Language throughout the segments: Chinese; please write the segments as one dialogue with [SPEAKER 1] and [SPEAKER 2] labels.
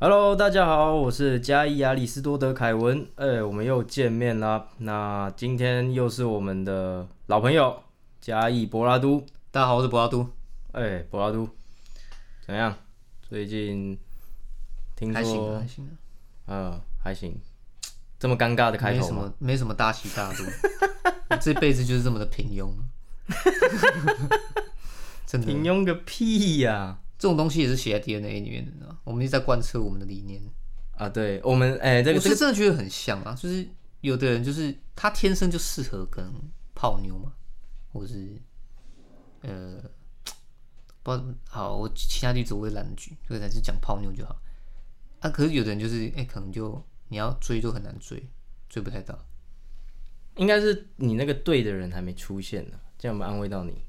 [SPEAKER 1] Hello，大家好，我是嘉义亚里士多德凯文，哎、我们又见面啦。那今天又是我们的老朋友嘉义博拉都，
[SPEAKER 2] 大家好，我是博拉都，
[SPEAKER 1] 哎、博拉都，怎样？最近听
[SPEAKER 2] 还行啊，
[SPEAKER 1] 说
[SPEAKER 2] 还，行啊，
[SPEAKER 1] 呃，还行。这么尴尬的开
[SPEAKER 2] 没
[SPEAKER 1] 头
[SPEAKER 2] 什
[SPEAKER 1] 吗？
[SPEAKER 2] 么，没什么大起大 落，我这辈子就是这么的平庸， 真的，
[SPEAKER 1] 平庸个屁呀、
[SPEAKER 2] 这种东西也是写在 DNA 里面的，你知道吗我们一直在贯彻我们的理念。
[SPEAKER 1] 啊！对我们，哎、这个
[SPEAKER 2] 我
[SPEAKER 1] 这
[SPEAKER 2] 是
[SPEAKER 1] 个
[SPEAKER 2] 真的觉得很像啊，就是有的人就是他天生就适合跟泡妞嘛，或是呃，不知道怎么好，我其他例子我也懒得举，所以才是讲泡妞就好。啊，可是有的人就是哎、可能就你要追就很难追，追不太到。
[SPEAKER 1] 应该是你那个对的人还没出现呢，这样我们安慰到你。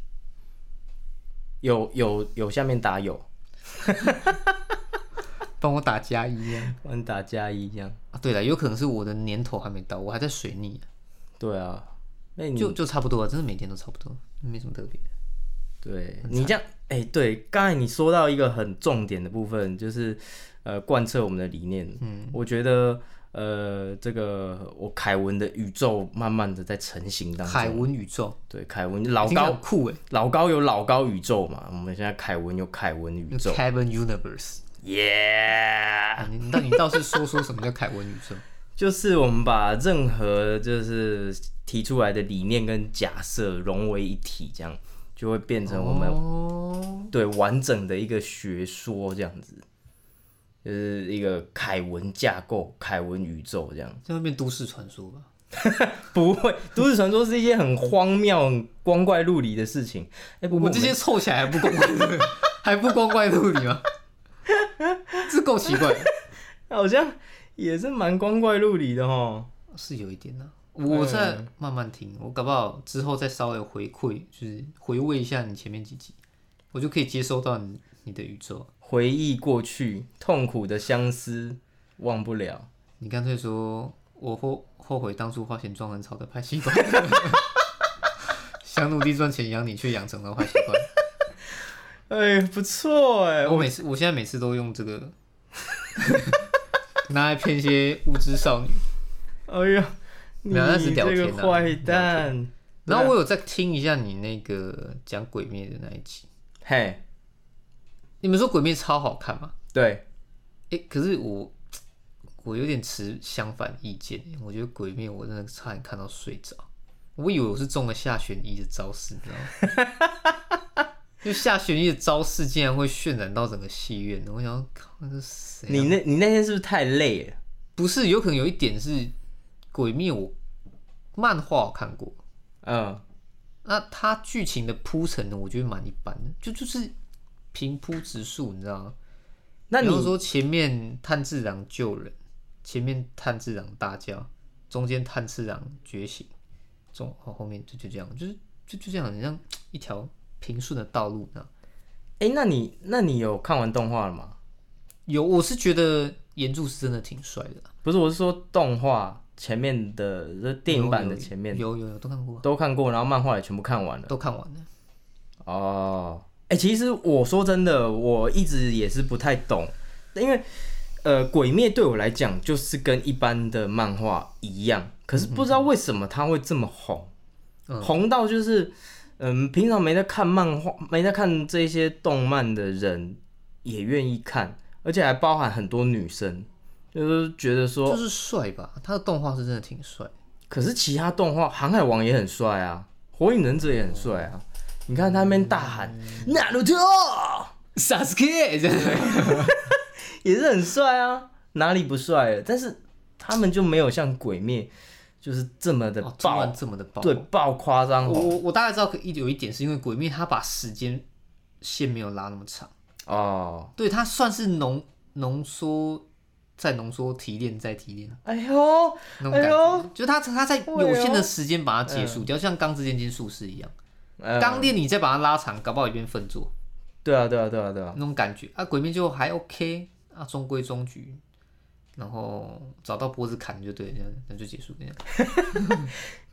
[SPEAKER 1] 有有有，下面打有，
[SPEAKER 2] 帮我打加一啊！
[SPEAKER 1] 我们打加一这样。
[SPEAKER 2] 啊，对了，有可能是我的年头还没到，我还在水逆啊、
[SPEAKER 1] 对啊，那你
[SPEAKER 2] 就就差不多了，真的每天都差不多，没什么特别的。
[SPEAKER 1] 对你这样，哎、对，刚才你说到一个很重点的部分，就是呃，贯彻我们的理念。嗯，我觉得呃，这个我凯文的宇宙慢慢的在成型当中。
[SPEAKER 2] 海文宇宙，
[SPEAKER 1] 对，凯文老
[SPEAKER 2] 听起来
[SPEAKER 1] 高
[SPEAKER 2] 很酷哎
[SPEAKER 1] 老高有老高宇宙嘛，我们现在凯文有凯文宇宙，
[SPEAKER 2] ，Kevin Universe
[SPEAKER 1] 耶、
[SPEAKER 2] 啊，你你倒你倒是说说什么叫凯文宇宙？
[SPEAKER 1] 就是我们把任何就是提出来的理念跟假设融为一体，这样就会变 成我们
[SPEAKER 2] 哦，
[SPEAKER 1] 对完整的一个学说这样子，就是一个凯文架构、凯文宇宙这样。
[SPEAKER 2] 这会变都市传说吧？
[SPEAKER 1] 不会，都市传说是一件很荒谬、很光怪陆离的事情。哎、不
[SPEAKER 2] 我
[SPEAKER 1] 过
[SPEAKER 2] 们这些凑起来还不光 怪陆离，还不光怪陆离吗？ 这够奇怪，
[SPEAKER 1] 好像也是蛮光怪陆离的哦。
[SPEAKER 2] 是有一点呢、我在慢慢听，我搞不好之后再稍微回馈，就是回味一下你前面几集，我就可以接收到你你的宇宙。
[SPEAKER 1] 回忆过去，痛苦的相思忘不了。
[SPEAKER 2] 你干脆说，我后后悔当初花钱装很吵的坏习惯，想努力赚钱养你，却养成了坏习惯。
[SPEAKER 1] 哎、不错哎、
[SPEAKER 2] 我每次，我现在每次都用这个 拿来骗一些无知少女。
[SPEAKER 1] 哎呦，你
[SPEAKER 2] 没有那是聊
[SPEAKER 1] 这个
[SPEAKER 2] 天啊
[SPEAKER 1] 坏蛋！
[SPEAKER 2] 然后我有再听一下你那个讲鬼灭的那一集，
[SPEAKER 1] 嘿，
[SPEAKER 2] 你们说鬼灭超好看吗？
[SPEAKER 1] 对，
[SPEAKER 2] 诶，可是我我有点持相反意见，我觉得鬼灭我真的差点看到睡着，我以为我是中了下弦一的招式，你知道吗？ 就下弦一的招式竟然会渲染到整个戏院，我想说靠，那是谁啊、
[SPEAKER 1] 你那你那天是不是太累了？
[SPEAKER 2] 不是有可能有一点是鬼灭我漫画我看过，
[SPEAKER 1] 嗯，
[SPEAKER 2] 那它剧情的铺陈呢，我觉得蛮一般的，就就是平铺直述，你知道吗？
[SPEAKER 1] 那
[SPEAKER 2] 比
[SPEAKER 1] 你
[SPEAKER 2] 如说前面炭治郎救人，前面炭治郎大叫，中间炭治郎觉醒，中哦后后面就就这样，就是就就这样，很像一条平顺的道路呢。
[SPEAKER 1] 哎、那你那你有看完动画了吗？
[SPEAKER 2] 有，我是觉得岩柱是真的挺帅的啦，
[SPEAKER 1] 不是，我是说动画前面的，就是电影版的前面
[SPEAKER 2] 有有有都看过，
[SPEAKER 1] 都看过，然后漫画也全部看完了。
[SPEAKER 2] 都看完了。
[SPEAKER 1] 哦，哎、其实我说真的，我一直也是不太懂，因为呃，《鬼灭》对我来讲就是跟一般的漫画一样，可是
[SPEAKER 2] 嗯
[SPEAKER 1] 不知道为什么它会这么红，红到就是嗯，平常没在看漫画、没在看这些动漫的人也愿意看，而且还包含很多女生，就是觉得说，
[SPEAKER 2] 就是帅吧，他的动画是真的挺帅。
[SPEAKER 1] 可是其他动画《航海王》也很帅啊，《火影忍者》也很帅啊。你看他们大喊“
[SPEAKER 2] 嗯
[SPEAKER 1] 纳鲁特
[SPEAKER 2] Sasuke 这样”，
[SPEAKER 1] 也是很帅啊，哪里不帅了？但是他们就没有像《鬼灭》就是这么的
[SPEAKER 2] 哦，突
[SPEAKER 1] 爆，
[SPEAKER 2] 然这么的爆，
[SPEAKER 1] 对爆夸张
[SPEAKER 2] 我
[SPEAKER 1] 哦。
[SPEAKER 2] 我我大概知道可一有一点是因为《鬼灭》它把时间线没有拉那么长，
[SPEAKER 1] 哦，
[SPEAKER 2] 对它算是浓浓缩再浓缩提炼再提炼
[SPEAKER 1] 哎呦，
[SPEAKER 2] 那种感
[SPEAKER 1] 哎
[SPEAKER 2] 觉，
[SPEAKER 1] 呦哦嗯
[SPEAKER 2] 就它它在有限的时间把它结束掉，像钢之炼金术师一样，
[SPEAKER 1] 呃
[SPEAKER 2] 钢炼你再把它拉长，搞不好也变分作
[SPEAKER 1] 对啊，对啊，对啊，对啊，
[SPEAKER 2] 那种感觉啊。《鬼灭》就还 OK 啊，中规中矩。然后找到脖子砍就对了，这样那就结束这样。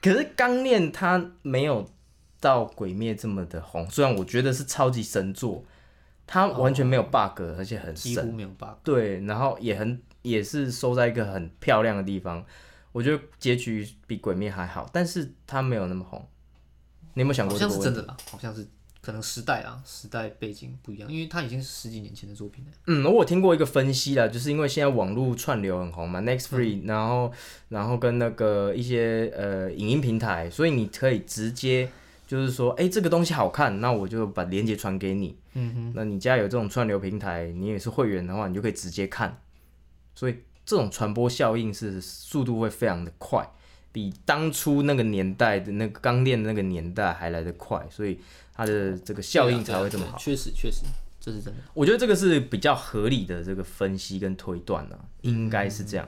[SPEAKER 1] 可是钢炼它没有到《鬼灭》这么的红，虽然我觉得是超级神作，它完全没有 bug，、而且很
[SPEAKER 2] 几
[SPEAKER 1] 省。
[SPEAKER 2] 乎没有 bug。
[SPEAKER 1] 对，然后也很也是收在一个很漂亮的地方。我觉得结局比《鬼灭》还好，但是它没有那么红。你有没有想
[SPEAKER 2] 好
[SPEAKER 1] 过这
[SPEAKER 2] 像
[SPEAKER 1] 个
[SPEAKER 2] 是
[SPEAKER 1] 问
[SPEAKER 2] 真
[SPEAKER 1] 题？
[SPEAKER 2] 的吧？好像是可能时代啊，时代背景不一样，因为它已经是十几年前的作品了。
[SPEAKER 1] 嗯，我有听过一个分析啦，就是因为现在网络串流很红嘛，Next
[SPEAKER 2] 嗯
[SPEAKER 1] Free，、然后然后跟那个一些呃影音平台，所以你可以直接就是说，哎、这个东西好看，那我就把链接传给你。
[SPEAKER 2] 嗯哼，
[SPEAKER 1] 那你家有这种串流平台，你也是会员的话，你就可以直接看。所以这种传播效应是速度会非常的快，比当初那个年代的那个刚练的那个年代还来得快，所以它的这个效应才会这么好。
[SPEAKER 2] 对啊。确实，确实，这是真的。
[SPEAKER 1] 我觉得这个是比较合理的这个分析跟推断啊，应该是这样。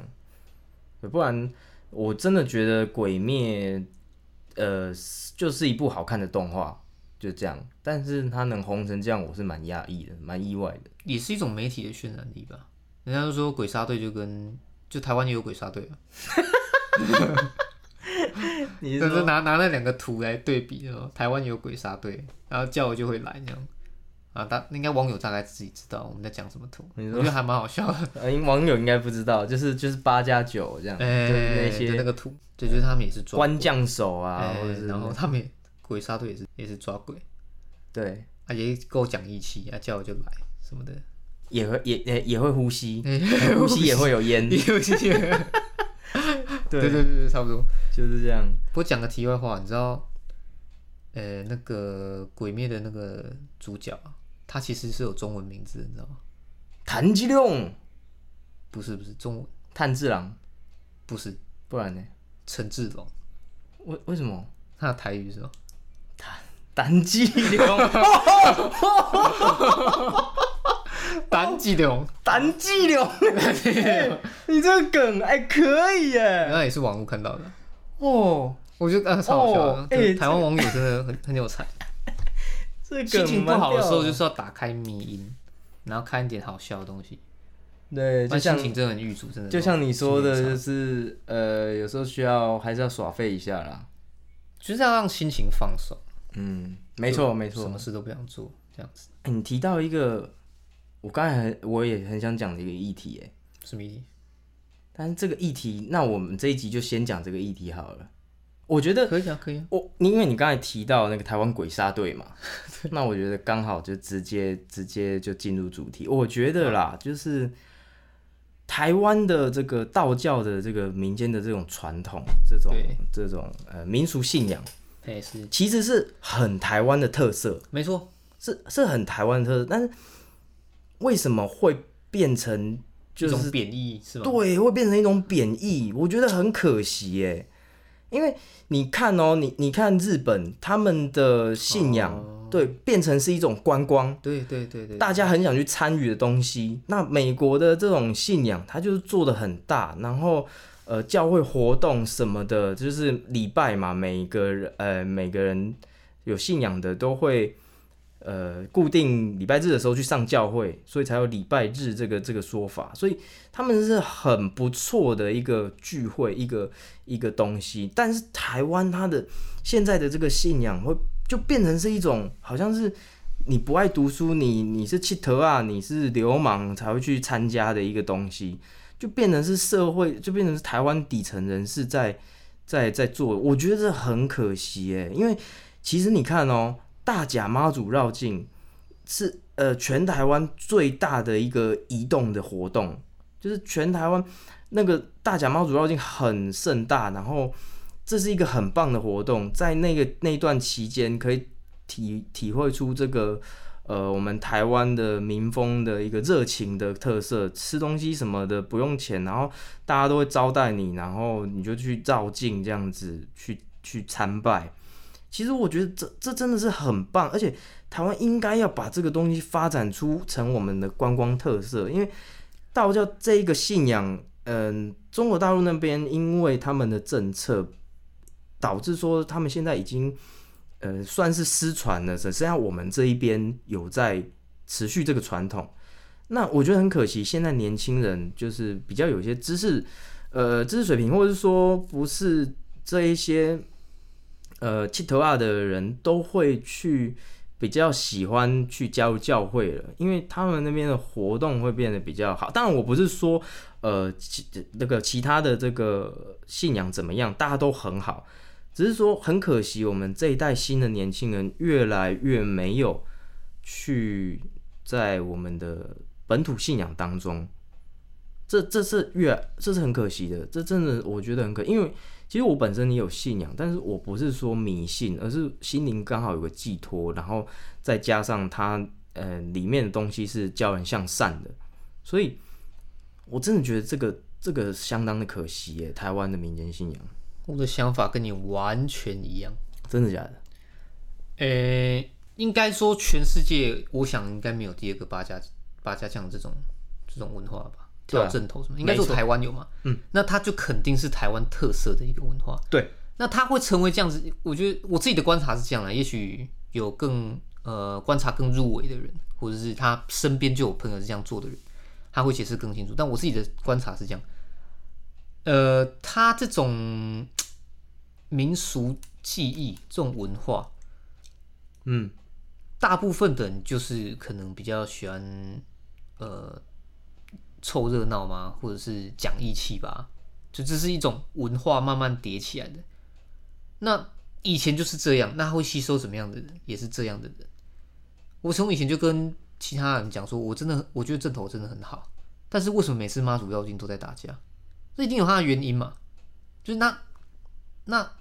[SPEAKER 1] 对不然我真的觉得《鬼灭》呃就是一部好看的动画，就这样。但是它能红成这样，我是蛮讶异的，蛮意外的。
[SPEAKER 2] 也是一种媒体的渲染力吧。人家都说鬼杀队就跟就台湾也有鬼杀队啊，
[SPEAKER 1] 你
[SPEAKER 2] 但是拿拿那两个图来对比哦，台湾也有鬼杀队，然后叫我就会来这样。啊，大应该网友大概自己知道我们在讲什么图，
[SPEAKER 1] 你
[SPEAKER 2] 我觉得还蛮好笑的。
[SPEAKER 1] 呃，因为网友应该不知道，就是就是八加九这样，就是
[SPEAKER 2] 哎、
[SPEAKER 1] 那
[SPEAKER 2] 就那
[SPEAKER 1] 些
[SPEAKER 2] 个图，对，就是他们也是抓
[SPEAKER 1] 官将手啊，
[SPEAKER 2] 哎
[SPEAKER 1] 或者是
[SPEAKER 2] 然后他们也鬼杀队也是也是抓鬼，
[SPEAKER 1] 对，
[SPEAKER 2] 啊也够讲义气，啊叫我就来什么的，
[SPEAKER 1] 也会也也 也会呼吸，呼吸也会有烟，
[SPEAKER 2] 有些对对
[SPEAKER 1] 对，
[SPEAKER 2] 对对，差不多。
[SPEAKER 1] 就是这样。
[SPEAKER 2] 不过讲个题外话，你知道，呃，那个《鬼灭》的那个主角啊，他其实是有中文名字的，你知道吗？
[SPEAKER 1] 谭吉龙、
[SPEAKER 2] 不是不是中文，
[SPEAKER 1] 炭治郎，
[SPEAKER 2] 不是
[SPEAKER 1] 不然呢？
[SPEAKER 2] 陈志龙，
[SPEAKER 1] 为为什么？
[SPEAKER 2] 他的台语是什么？
[SPEAKER 1] 哦谭吉 龙，
[SPEAKER 2] 单季龙，
[SPEAKER 1] 谭吉 龙，你这个梗哎可以耶！
[SPEAKER 2] 那也是网络看到的，
[SPEAKER 1] 哦，
[SPEAKER 2] 我觉得啊超好笑的
[SPEAKER 1] 哦，
[SPEAKER 2] 对
[SPEAKER 1] 哎
[SPEAKER 2] 台湾网友真的很 很有才。
[SPEAKER 1] 这
[SPEAKER 2] 心
[SPEAKER 1] 个
[SPEAKER 2] 情不好的时候，就是要打开迷音，然后看一点好笑的东西，
[SPEAKER 1] 对，
[SPEAKER 2] 不
[SPEAKER 1] 就
[SPEAKER 2] 然心
[SPEAKER 1] 像
[SPEAKER 2] 情真的很郁卒，真的。
[SPEAKER 1] 就像你说的，
[SPEAKER 2] 心情很
[SPEAKER 1] 就
[SPEAKER 2] 差，
[SPEAKER 1] 是呃，有时候需要还是要耍废一下啦。
[SPEAKER 2] 就是要让心情放松，
[SPEAKER 1] 嗯，没错没错
[SPEAKER 2] 什。么事都不想做，这样子
[SPEAKER 1] 哎你提到一个，我刚才很我也很想讲的一个议题，哎，
[SPEAKER 2] 是迷音。
[SPEAKER 1] 但是这个议题，那我们这一集就先讲这个议题好了。我觉得
[SPEAKER 2] 可以啊，可以啊，
[SPEAKER 1] 我，因为你刚才提到那个台湾鬼杀队嘛， 那我觉得刚好就直接直接就进入主题。我觉得啦，就是台湾的这个道教的这个民间的这种传统，这种
[SPEAKER 2] 对
[SPEAKER 1] 这种呃民俗信仰，
[SPEAKER 2] 哎是
[SPEAKER 1] 其实是很台湾的特色。
[SPEAKER 2] 没错，
[SPEAKER 1] 是是很台湾的特色，但是为什么会变成就
[SPEAKER 2] 一
[SPEAKER 1] 是
[SPEAKER 2] 种贬义是吧？
[SPEAKER 1] 对，会变成一种贬义？我觉得很可惜耶，因为你看哦、你你看日本他们的信仰，
[SPEAKER 2] 哦
[SPEAKER 1] 对，变成是一种观光，
[SPEAKER 2] 对对对对，
[SPEAKER 1] 大家很想去参与的东西。那美国的这种信仰，它就是做的很大，然后呃，教会活动什么的，就是礼拜嘛，每个人呃每个人有信仰的都会呃固定礼拜日的时候去上教会，所以才有礼拜日这个这个说法。所以他们是很不错的一个聚会，一个一个东西。但是台湾它的现在的这个信仰会就变成是一种好像是。你不爱读书，你你是乞头啊，你是流氓才会去参加的一个东西，就变成是社会，就变成是台湾底层人士在在在做，我觉得这很可惜诶，因为其实你看哦，大甲妈祖绕境是呃全台湾最大的一个移动的活动，就是全台湾那个大甲妈祖绕境很盛大，然后这是一个很棒的活动，在那个那段期间可以体体会出这个呃我们台湾的民风的一个热情的特色，吃东西什么的不用钱，然后大家都会招待你，然后你就去绕境这样子去去参拜。其实我觉得这这真的是很棒，而且台湾应该要把这个东西发展出成我们的观光特色，因为道教这一个信仰，嗯，中国大陆那边因为他们的政策，导致说他们现在已经呃算是失传了，只剩下我们这一边有在持续这个传统。那我觉得很可惜，现在年轻人就是比较有一些知识，呃，知识水平，或者是说不是这一些呃气头啊的人都会去比较喜欢去加入教会了，因为他们那边的活动会变得比较好。当然，我不是说呃其那个其他的这个信仰怎么样，大家都很好，只是说很可惜，我们这一代新的年轻人越来越没有去在我们的本土信仰当中。这这是越这是很可惜的，这真的我觉得很可，因为其实我本身也有信仰，但是我不是说迷信，而是心灵刚好有个寄托，然后再加上它呃里面的东西是教人向善的，所以我真的觉得这个这个相当的可惜耶，台湾的民间信仰
[SPEAKER 2] 我的想法跟你完全一样。
[SPEAKER 1] 真的假的？
[SPEAKER 2] 呃、应该说全世界，我想应该没有第二个八家八家将这种这种文化吧。
[SPEAKER 1] 对啊
[SPEAKER 2] 跳正头什么，应
[SPEAKER 1] 没
[SPEAKER 2] 该说台湾有嘛？嗯，那它就肯定是台湾特色的一个文化。
[SPEAKER 1] 对，
[SPEAKER 2] 那它会成为这样子，我觉得我自己的观察是这样啦，也许有更呃观察更入围的人，或者是他身边就有朋友是这样做的人，他会解释更清楚。但我自己的观察是这样，呃，他这种民俗记忆这种文化，
[SPEAKER 1] 嗯，
[SPEAKER 2] 大部分的人就是可能比较喜欢呃凑热闹嘛，或者是讲义气吧，就这是一种文化慢慢叠起来的。那以前就是这样，那他会吸收什么样的人，也是这样的人。我从以前就跟其他人讲说，我真的我觉得正头真的很好，但是为什么每次妈祖妖精都在打架？这一定有他的原因嘛？就是那那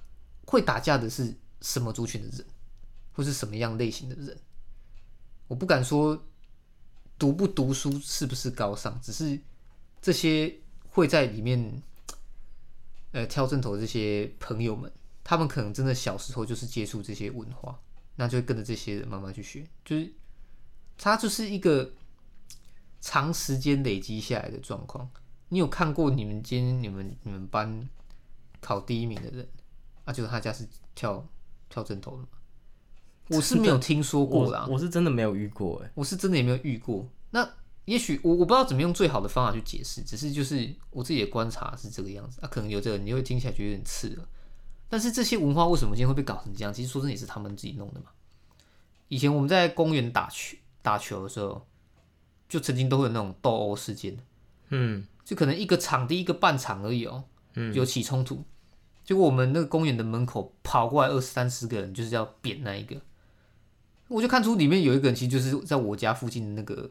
[SPEAKER 2] 会打架的是什么族群的人？或是什么样类型的人。我不敢说读不读书是不是高尚，只是这些会在里面，呃，挑针头的这些朋友们，他们可能真的小时候就是接触这些文化，那就会跟着这些人慢慢去学，就是它就是一个长时间累积下来的状况。你有看过你们今天你们你们班考第一名的人，啊，就是他家是跳跳针头的吗？我是没有听说过啦，
[SPEAKER 1] 我我是真的没有遇过哎，
[SPEAKER 2] 我是真的也没有遇过。那也许我我不知道怎么用最好的方法去解释，只是就是我自己的观察是这个样子。啊，可能有的人你会听起来觉得有点刺耳，但是这些文化为什么今天会被搞成这样？其实说真的也是他们自己弄的嘛。以前我们在公园打球打球的时候，就曾经都会有那种斗殴事件，
[SPEAKER 1] 嗯，
[SPEAKER 2] 就可能一个场地一个半场而已哦，有起冲突，结果我们那个公园的门口跑过来二三十个人，就是要扁那一个，我就看出里面有一个人其实就是在我家附近的那个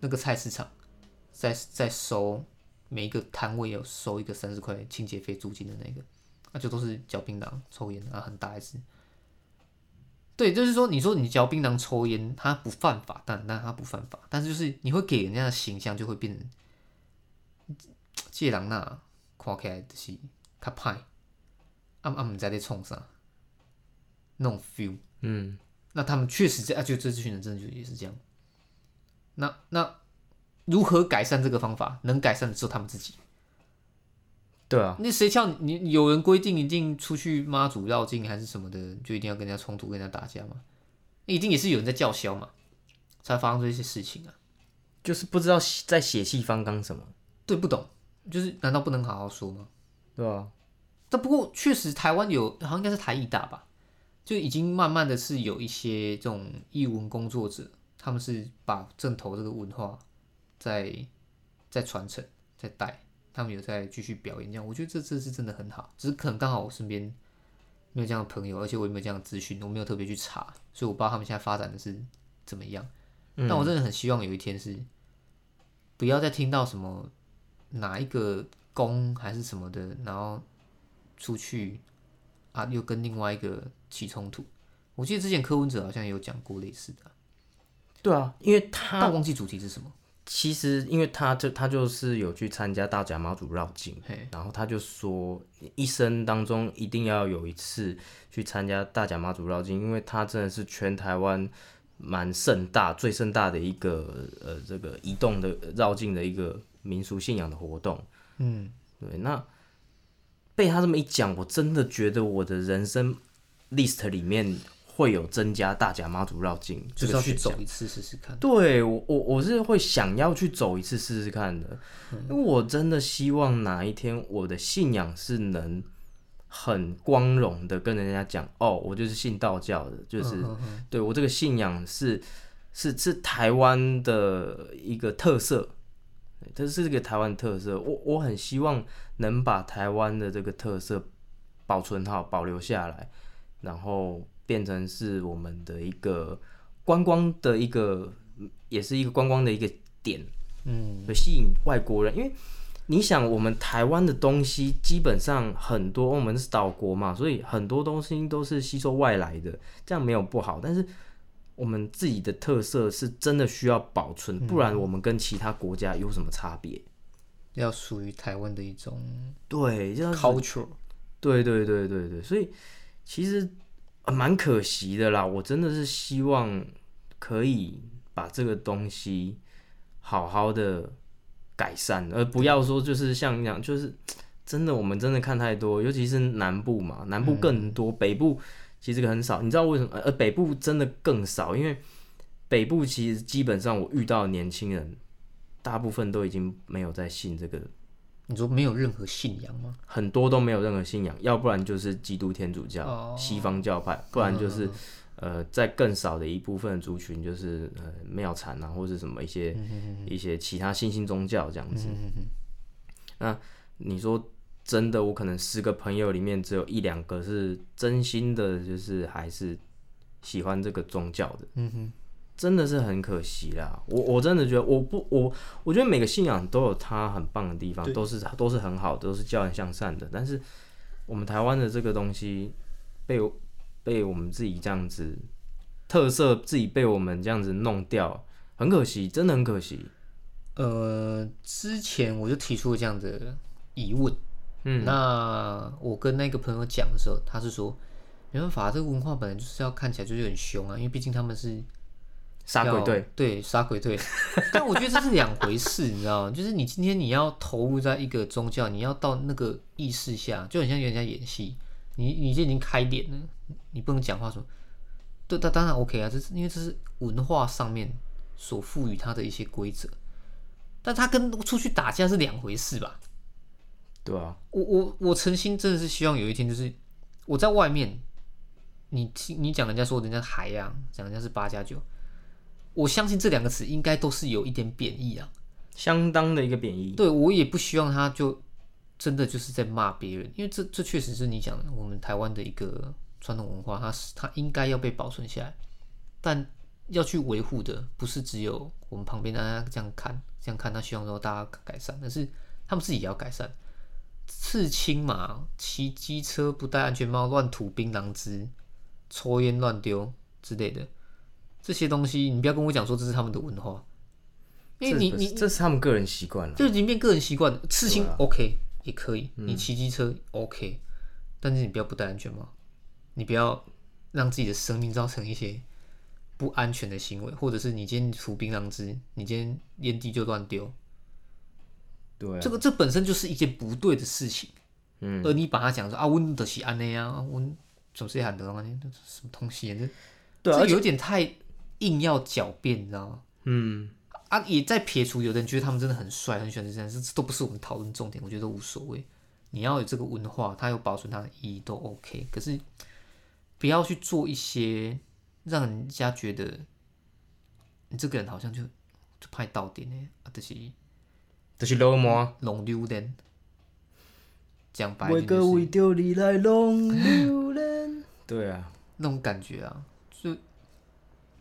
[SPEAKER 2] 那个菜市场，在在收每一个摊位有收一个三十块清洁费租金的那个，那就都是嚼槟榔抽烟啊，很大一只。对，就是说，你说你嚼槟榔抽烟，它不犯法，但但它不犯法，但是就是你会给人家的形象就会变成这个人呐，看起来就是较歹，啊啊，毋知咧创啥，那种 feel。
[SPEAKER 1] 嗯，
[SPEAKER 2] 那他们确实在啊，就这群人真的就也是这样。那那如何改善这个方法？能改善的只有他们自己。
[SPEAKER 1] 对啊，
[SPEAKER 2] 那谁叫你你有人规定一定出去妈祖绕境还是什么的，就一定要跟人家冲突、跟人家打架吗？一定也是有人在叫嚣嘛，才发生这些事情啊。
[SPEAKER 1] 就是不知道在血气方刚什么，
[SPEAKER 2] 对，不懂，就是难道不能好好说吗？
[SPEAKER 1] 对啊，
[SPEAKER 2] 但不过确实台湾有，好像应该是台艺大吧，就已经慢慢的是有一些这种艺文工作者，他们是把正头这个文化在在传承，在带，他们有在继续表演这样，我觉得这这是真的很好，只是可能刚好我身边没有这样的朋友，而且我也没有这样的资讯，我没有特别去查，所以我不知道他们现在发展的是怎么样。但我真的很希望有一天是不要再听到什么哪一个宫还是什么的，然后出去啊，又跟另外一个起冲突。我记得之前柯文哲好像也有讲过类似的，啊
[SPEAKER 1] 对啊，因为他
[SPEAKER 2] 但我忘记主题是什么。
[SPEAKER 1] 其实，因为他就他就是有去参加大甲妈祖绕境
[SPEAKER 2] 嘿，
[SPEAKER 1] 然后他就说，一生当中一定要有一次去参加大甲妈祖绕境，因为他真的是全台湾蛮盛大、最盛大的一个呃这个移动的绕境的一个民俗信仰的活动。
[SPEAKER 2] 嗯，
[SPEAKER 1] 对，那被他这么一讲，我真的觉得我的人生 list 里面会有增加大甲妈祖绕境这
[SPEAKER 2] 就是
[SPEAKER 1] 个选
[SPEAKER 2] 要去
[SPEAKER 1] 项。
[SPEAKER 2] 走一次试试看。
[SPEAKER 1] 对我我我是会想要去走一次试试
[SPEAKER 2] 嗯
[SPEAKER 1] 看的，因为我真的希望哪一天我的信仰是能很光荣的跟人家讲，哦，我就是信道教的，就是、
[SPEAKER 2] 嗯嗯嗯
[SPEAKER 1] 对我这个信仰是是是台湾的一个特色，对这是这个台湾特色。我我很希望能把台湾的这个特色保存好、保留下来，然后变成是我们的一个观光的一个，也是一个观光的一个点。
[SPEAKER 2] 嗯
[SPEAKER 1] 对，吸引外国人，因为你想，我们台湾的东西基本上很多，我们是岛国嘛，所以很多东西都是吸收外来的，这样没有不好，但是我们自己的特色是真的需要保存，不然我们跟其他国家有什么差别？
[SPEAKER 2] 要属于台湾的一种
[SPEAKER 1] 对，
[SPEAKER 2] 嗯
[SPEAKER 1] 这样
[SPEAKER 2] culture，
[SPEAKER 1] 对对对对对，所以其实呃蛮可惜的啦。我真的是希望可以把这个东西好好的改善，而不要说就是像那样，就是真的我们真的看太多，尤其是南部嘛，南部更多，北部其实这个很少。你知道为什么？呃，北部真的更少，因为北部其实基本上我遇到的年轻人，大部分都已经没有在信这个
[SPEAKER 2] 你说没有任何信仰吗？
[SPEAKER 1] 很多都没有任何信仰，要不然就是基督天主教、
[SPEAKER 2] 哦
[SPEAKER 1] 西方教派，不然就是、呃，在更少的一部分的族群，就是呃庙产啊，或是什么一些、一些其他新兴宗教这样
[SPEAKER 2] 嗯
[SPEAKER 1] 子。那你说真的，我可能十个朋友里面只有一两个是真心的，就是还是喜欢这个宗教的。
[SPEAKER 2] 嗯哼，
[SPEAKER 1] 真的是很可惜啦。我我真的觉得，我不我我觉得每个信仰都有它很棒的地方，都是都是很好的，都是教人向善的。但是我们台湾的这个东西被我被我们自己这样子特色，自己被我们这样子弄掉，很可惜，真的很可惜。
[SPEAKER 2] 呃，之前我就提出了这样的疑问，
[SPEAKER 1] 嗯，
[SPEAKER 2] 那我跟那个朋友讲的时候，他是说没办法，这个文化本来就是要看起来就是很凶啊，因为毕竟他们是
[SPEAKER 1] 杀鬼
[SPEAKER 2] 要
[SPEAKER 1] 队，，
[SPEAKER 2] 对，杀鬼队。 但我觉得这是两回事，你知道吗？就是你今天你要投入在一个宗教，你要到那个意识下，就很像人家演戏，你你就已经开脸了，你不能讲话什么。对，当当然 OK 啊，这是因为这是文化上面所赋予它的一些规则，但它跟出去打架是两回事吧？
[SPEAKER 1] 对啊，
[SPEAKER 2] 我我我诚心真的是希望有一天，就是我在外面，你听你讲人家说人家海洋，讲人家是八加九，我相信这两个词应该都是有一点贬义啊。
[SPEAKER 1] 相当的一个贬义。
[SPEAKER 2] 对我也不希望他就真的就是在骂别人，因为这这确实是你讲的我们台湾的一个传统文化，它是它应该要被保存下来，但要去维护的不是只有我们旁边大家这样看这样看，他希望说大家改善，但是他们自己也要改善。刺青嘛，骑机车不戴安全帽，乱吐槟榔汁，抽烟乱丢之类的，这些东西你不要跟我讲说这是他们的文化，因为
[SPEAKER 1] 这
[SPEAKER 2] 你
[SPEAKER 1] 不
[SPEAKER 2] 你
[SPEAKER 1] 是这是他们个人习惯了。
[SPEAKER 2] 就已经变个人习惯了。刺青
[SPEAKER 1] 对啊嗯
[SPEAKER 2] OK 也可以，你骑机车 OK，、但是你不要不戴安全帽，你不要让自己的生命造成一些不安全的行为，或者是你今天吐槟榔汁，你今天烟蒂就乱丢，
[SPEAKER 1] 对啊，
[SPEAKER 2] 这个这本身就是一件不对的事情。
[SPEAKER 1] 嗯，
[SPEAKER 2] 而你把它讲说啊，温德西安内啊，温总是喊得安内，这什么东西、啊？这
[SPEAKER 1] 对啊
[SPEAKER 2] 这有点太硬要狡辩，你知道吗？
[SPEAKER 1] 嗯，
[SPEAKER 2] 啊，也在撇除有的人觉得他们真的很帅，很喜欢这件事，这都不是我们讨论重点，我觉得都无所谓。你要有这个文化，它有保存它的意义都 OK，可是不要去做一些让人家觉得你这个人好像就就派到点呢，啊，这是
[SPEAKER 1] 就是啊流氓。
[SPEAKER 2] 龙溜人。讲白一
[SPEAKER 1] 为
[SPEAKER 2] 点、就是，
[SPEAKER 1] 个为着你来弄丢人。对啊，
[SPEAKER 2] 那种感觉啊，就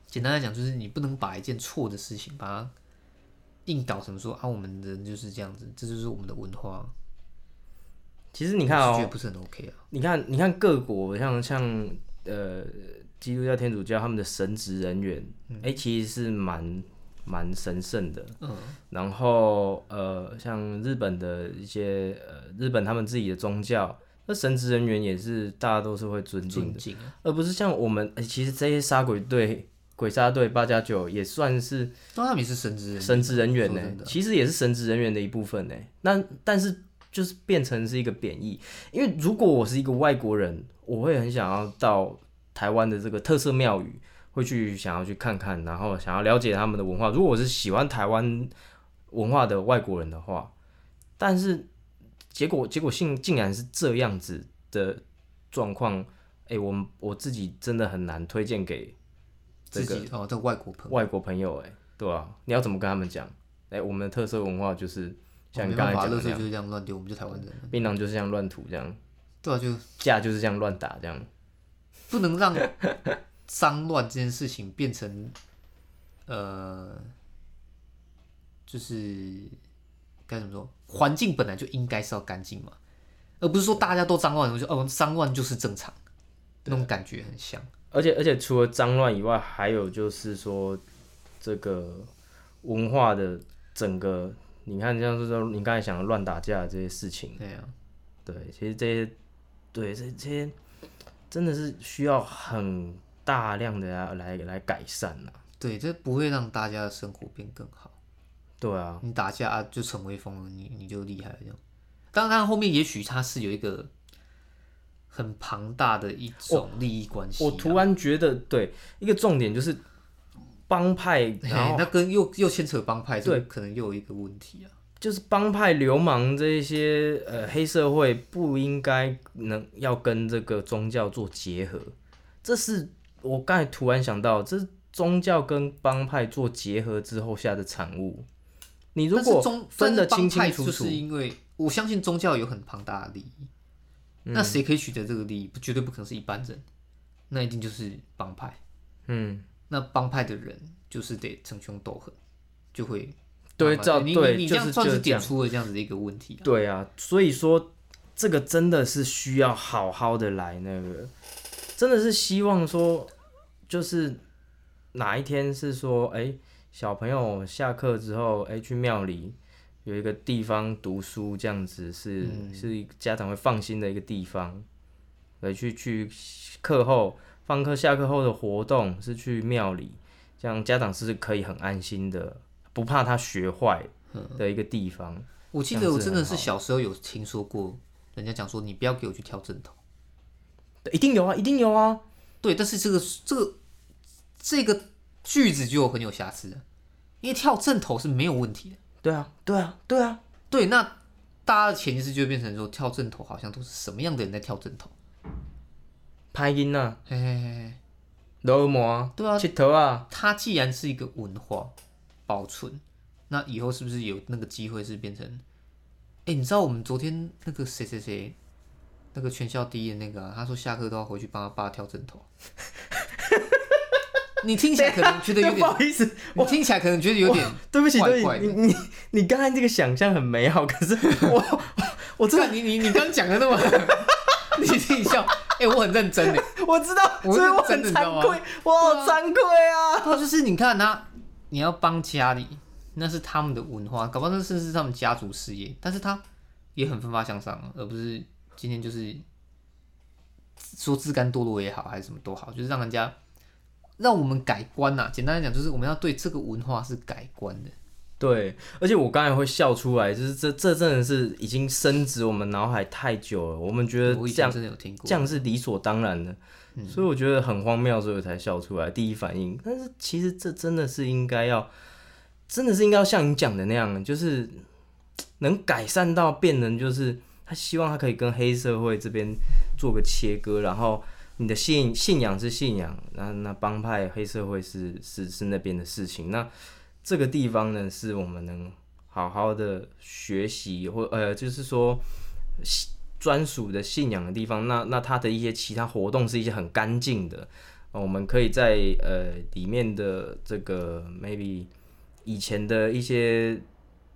[SPEAKER 2] 简单来讲，就是你不能把一件错的事情把它硬搞成说啊，我们人就是这样子，这就是我们的文化。
[SPEAKER 1] 其实你看哦
[SPEAKER 2] 我是觉、得不是很 OK 啊。
[SPEAKER 1] 你看，你看各国像像呃基督教、天主教他们的神职人员，哎、其实是蛮蛮神圣的。
[SPEAKER 2] 嗯，
[SPEAKER 1] 然后呃，像日本的一些呃日本他们自己的宗教，那神职人员也是大家都是会尊敬
[SPEAKER 2] 尊
[SPEAKER 1] 的，
[SPEAKER 2] 敬啊，
[SPEAKER 1] 而不是像我们、哎，其实这些杀鬼队、鬼杀队、八加九也算是。
[SPEAKER 2] 那他们也是神职人，
[SPEAKER 1] 神职人员
[SPEAKER 2] 说
[SPEAKER 1] 呢、
[SPEAKER 2] 真的
[SPEAKER 1] 其实也是神职人员的一部分呢、那但是就是变成是一个贬义，因为如果我是一个外国人，我会很想要到台湾的这个特色庙宇，会去想要去看看，然后想要了解他们的文化。如果我是喜欢台湾文化的外国人的话，但是结果结果竟竟然是这样子的状况，哎、我我自己真的很难推荐给
[SPEAKER 2] 自己哦，这个外国朋友，
[SPEAKER 1] 外国朋友、哎，对啊，你要怎么跟他们讲？哎、我们的特色文化就是像你
[SPEAKER 2] 哦没
[SPEAKER 1] 刚才
[SPEAKER 2] 办法，
[SPEAKER 1] 讲的那
[SPEAKER 2] 乐色
[SPEAKER 1] 样，
[SPEAKER 2] 就是这样乱丢，我们就台湾人，
[SPEAKER 1] 槟榔就是这样乱吐，这样
[SPEAKER 2] 对啊，就
[SPEAKER 1] 架就是这样乱打，这样
[SPEAKER 2] 不能让脏乱这件事情变成呃，就是该怎么说？环境本来就应该是要干净嘛，而不是说大家都脏乱，我就哦脏乱就是正常，那种感觉很像。
[SPEAKER 1] 而且而且除了脏乱以外，还有就是说这个文化的整个，你看像是说你刚才讲的乱打架的这些事情，
[SPEAKER 2] 对啊，
[SPEAKER 1] 对，其实这些对这这些真的是需要很大量的来来来改善啊呐、
[SPEAKER 2] 对，这不会让大家的生活变更好。
[SPEAKER 1] 对啊，
[SPEAKER 2] 你打架、啊、就成威风了，你你就厉害了这样。当然，后面也许他是有一个很庞大的一种利益关系啊、
[SPEAKER 1] 我突然觉得对一个重点就是帮派，然
[SPEAKER 2] 嘿
[SPEAKER 1] 后
[SPEAKER 2] 那跟又又牵扯帮派，对，可能又有一个问题啊。
[SPEAKER 1] 就是帮派流氓这一些呃黑社会不应该能要跟这个宗教做结合，这是我刚才突然想到，这是宗教跟帮派做结合之后下的产物。你如
[SPEAKER 2] 但是
[SPEAKER 1] 果
[SPEAKER 2] 宗
[SPEAKER 1] 分得
[SPEAKER 2] 但是
[SPEAKER 1] 清
[SPEAKER 2] 帮派
[SPEAKER 1] 清楚楚
[SPEAKER 2] 就，是因为我相信宗教有很庞大的利益，那
[SPEAKER 1] 嗯
[SPEAKER 2] 谁可以取得这个利益？不，绝对不可能是一般人，那一定就是帮派。
[SPEAKER 1] 嗯，
[SPEAKER 2] 那帮派的人就是得逞凶斗狠，就会
[SPEAKER 1] 对，
[SPEAKER 2] 麻
[SPEAKER 1] 照
[SPEAKER 2] 烦你
[SPEAKER 1] 对，
[SPEAKER 2] 你你
[SPEAKER 1] 就
[SPEAKER 2] 这
[SPEAKER 1] 是
[SPEAKER 2] 样算
[SPEAKER 1] 就是这
[SPEAKER 2] 点
[SPEAKER 1] 样，
[SPEAKER 2] 出了这样子的一个问题啊。
[SPEAKER 1] 对啊，所以说这个真的是需要好好的来那个，真的是希望说，就是哪一天是说，哎、小朋友下课之后，哎、去庙里有一个地方读书，这样子是、
[SPEAKER 2] 嗯
[SPEAKER 1] 是家长会放心的一个地方，来去去课后放课下课后的活动是去庙里，这样家长是可以很安心的，不怕他学坏
[SPEAKER 2] 嗯
[SPEAKER 1] 的一个地方。
[SPEAKER 2] 我记
[SPEAKER 1] 这
[SPEAKER 2] 得
[SPEAKER 1] 样
[SPEAKER 2] 我
[SPEAKER 1] 是
[SPEAKER 2] 真的
[SPEAKER 1] 很
[SPEAKER 2] 是小时候有听说过，人家讲说你不要给我去挑针头。
[SPEAKER 1] 对一定有啊，一定有啊。
[SPEAKER 2] 对，但是这个这个这个句子就很有瑕疵了，因为跳正头是没有问题的。
[SPEAKER 1] 对啊，对啊，对啊，
[SPEAKER 2] 对，那大家的潜意识就会变成说，跳正头好像都是什么样的人在跳正头？
[SPEAKER 1] 拍音啊，
[SPEAKER 2] 嘿嘿嘿嘿，
[SPEAKER 1] 揉膜啊，
[SPEAKER 2] 对啊
[SPEAKER 1] 剃头啊，
[SPEAKER 2] 它既然是一个文化保存，那以后是不是有那个机会是变成？哎、你知道我们昨天那个谁谁谁，那个全校第一的那个、啊，他说下课都要回去帮他爸跳正头。 你听起来可能觉得有
[SPEAKER 1] 不
[SPEAKER 2] 点，
[SPEAKER 1] 好意思，
[SPEAKER 2] 你听起来可能觉得有点
[SPEAKER 1] 对不起，
[SPEAKER 2] 怪
[SPEAKER 1] 对不
[SPEAKER 2] 怪
[SPEAKER 1] 起，
[SPEAKER 2] 的
[SPEAKER 1] 你你你刚才这个想象很美好，可是我 我
[SPEAKER 2] 我
[SPEAKER 1] 真的
[SPEAKER 2] 知道你你你刚讲的那么， 你自己笑，哎、我很认真的。
[SPEAKER 1] 我知道，
[SPEAKER 2] 我是
[SPEAKER 1] 所以我很
[SPEAKER 2] 真的你知道
[SPEAKER 1] 惭
[SPEAKER 2] 吗
[SPEAKER 1] 愧，我好惭愧啊。
[SPEAKER 2] 然后就是你看他，你要帮家里，那是他们的文化，搞不好那甚至是他们家族事业，但是他也很奋发向上，啊而不是今天就是说自甘堕落也好，还是什么都好，就是让人家让我们改观呐、简单来讲，就是我们要对这个文化是改观的。
[SPEAKER 1] 对，而且我刚才会笑出来，就是这这真的是已经深植我们脑海太久了，我们觉得
[SPEAKER 2] 我以
[SPEAKER 1] 这样
[SPEAKER 2] 前真的有听过，
[SPEAKER 1] 这样是理所当然的，所以我觉得很荒谬，所以我才笑出来，第一反应。但是其实这真的是应该要，真的是应该要像你讲的那样，就是嘖能改善到变成就是他希望他可以跟黑社会这边做个切割，然后你的信信仰是信仰，那那帮派黑社会是是是那边的事情，那这个地方呢是我们能好好的学习或呃就是说。专属的信仰的地方，那那它的一些其他活动是一些很干净的、呃我们可以在呃里面的这个 maybe 以前的一些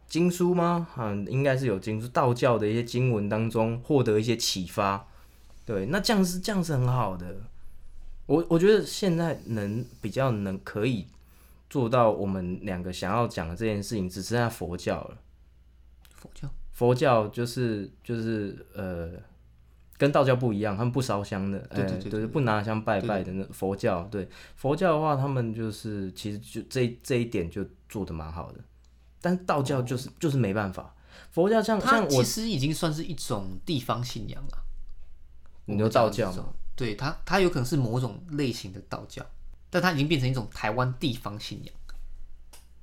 [SPEAKER 1] 经书吗？嗯，应该是有经书，道教的一些经文当中获得一些启发。对，那这样是这样是很好的。我我觉得现在能比较能可以做到我们两个想要讲的这件事情，只剩下佛教了。
[SPEAKER 2] 佛教
[SPEAKER 1] 佛教就是就是呃，跟道教不一样，他们不烧香的，
[SPEAKER 2] 对对
[SPEAKER 1] 哎
[SPEAKER 2] 对对
[SPEAKER 1] 就是不拿香拜拜的那佛教。对佛教的话，他们就是其实就这这一点就做的蛮好的，但道教就是、就是没办法。佛教像
[SPEAKER 2] 它
[SPEAKER 1] 像
[SPEAKER 2] 其
[SPEAKER 1] 我，
[SPEAKER 2] 实已经算是一种地方信仰了。
[SPEAKER 1] 你说道教
[SPEAKER 2] 这
[SPEAKER 1] 嘛，
[SPEAKER 2] 种，对它，它有可能是某种类型的道教，但它已经变成一种台湾地方信仰，
[SPEAKER 1] 嗯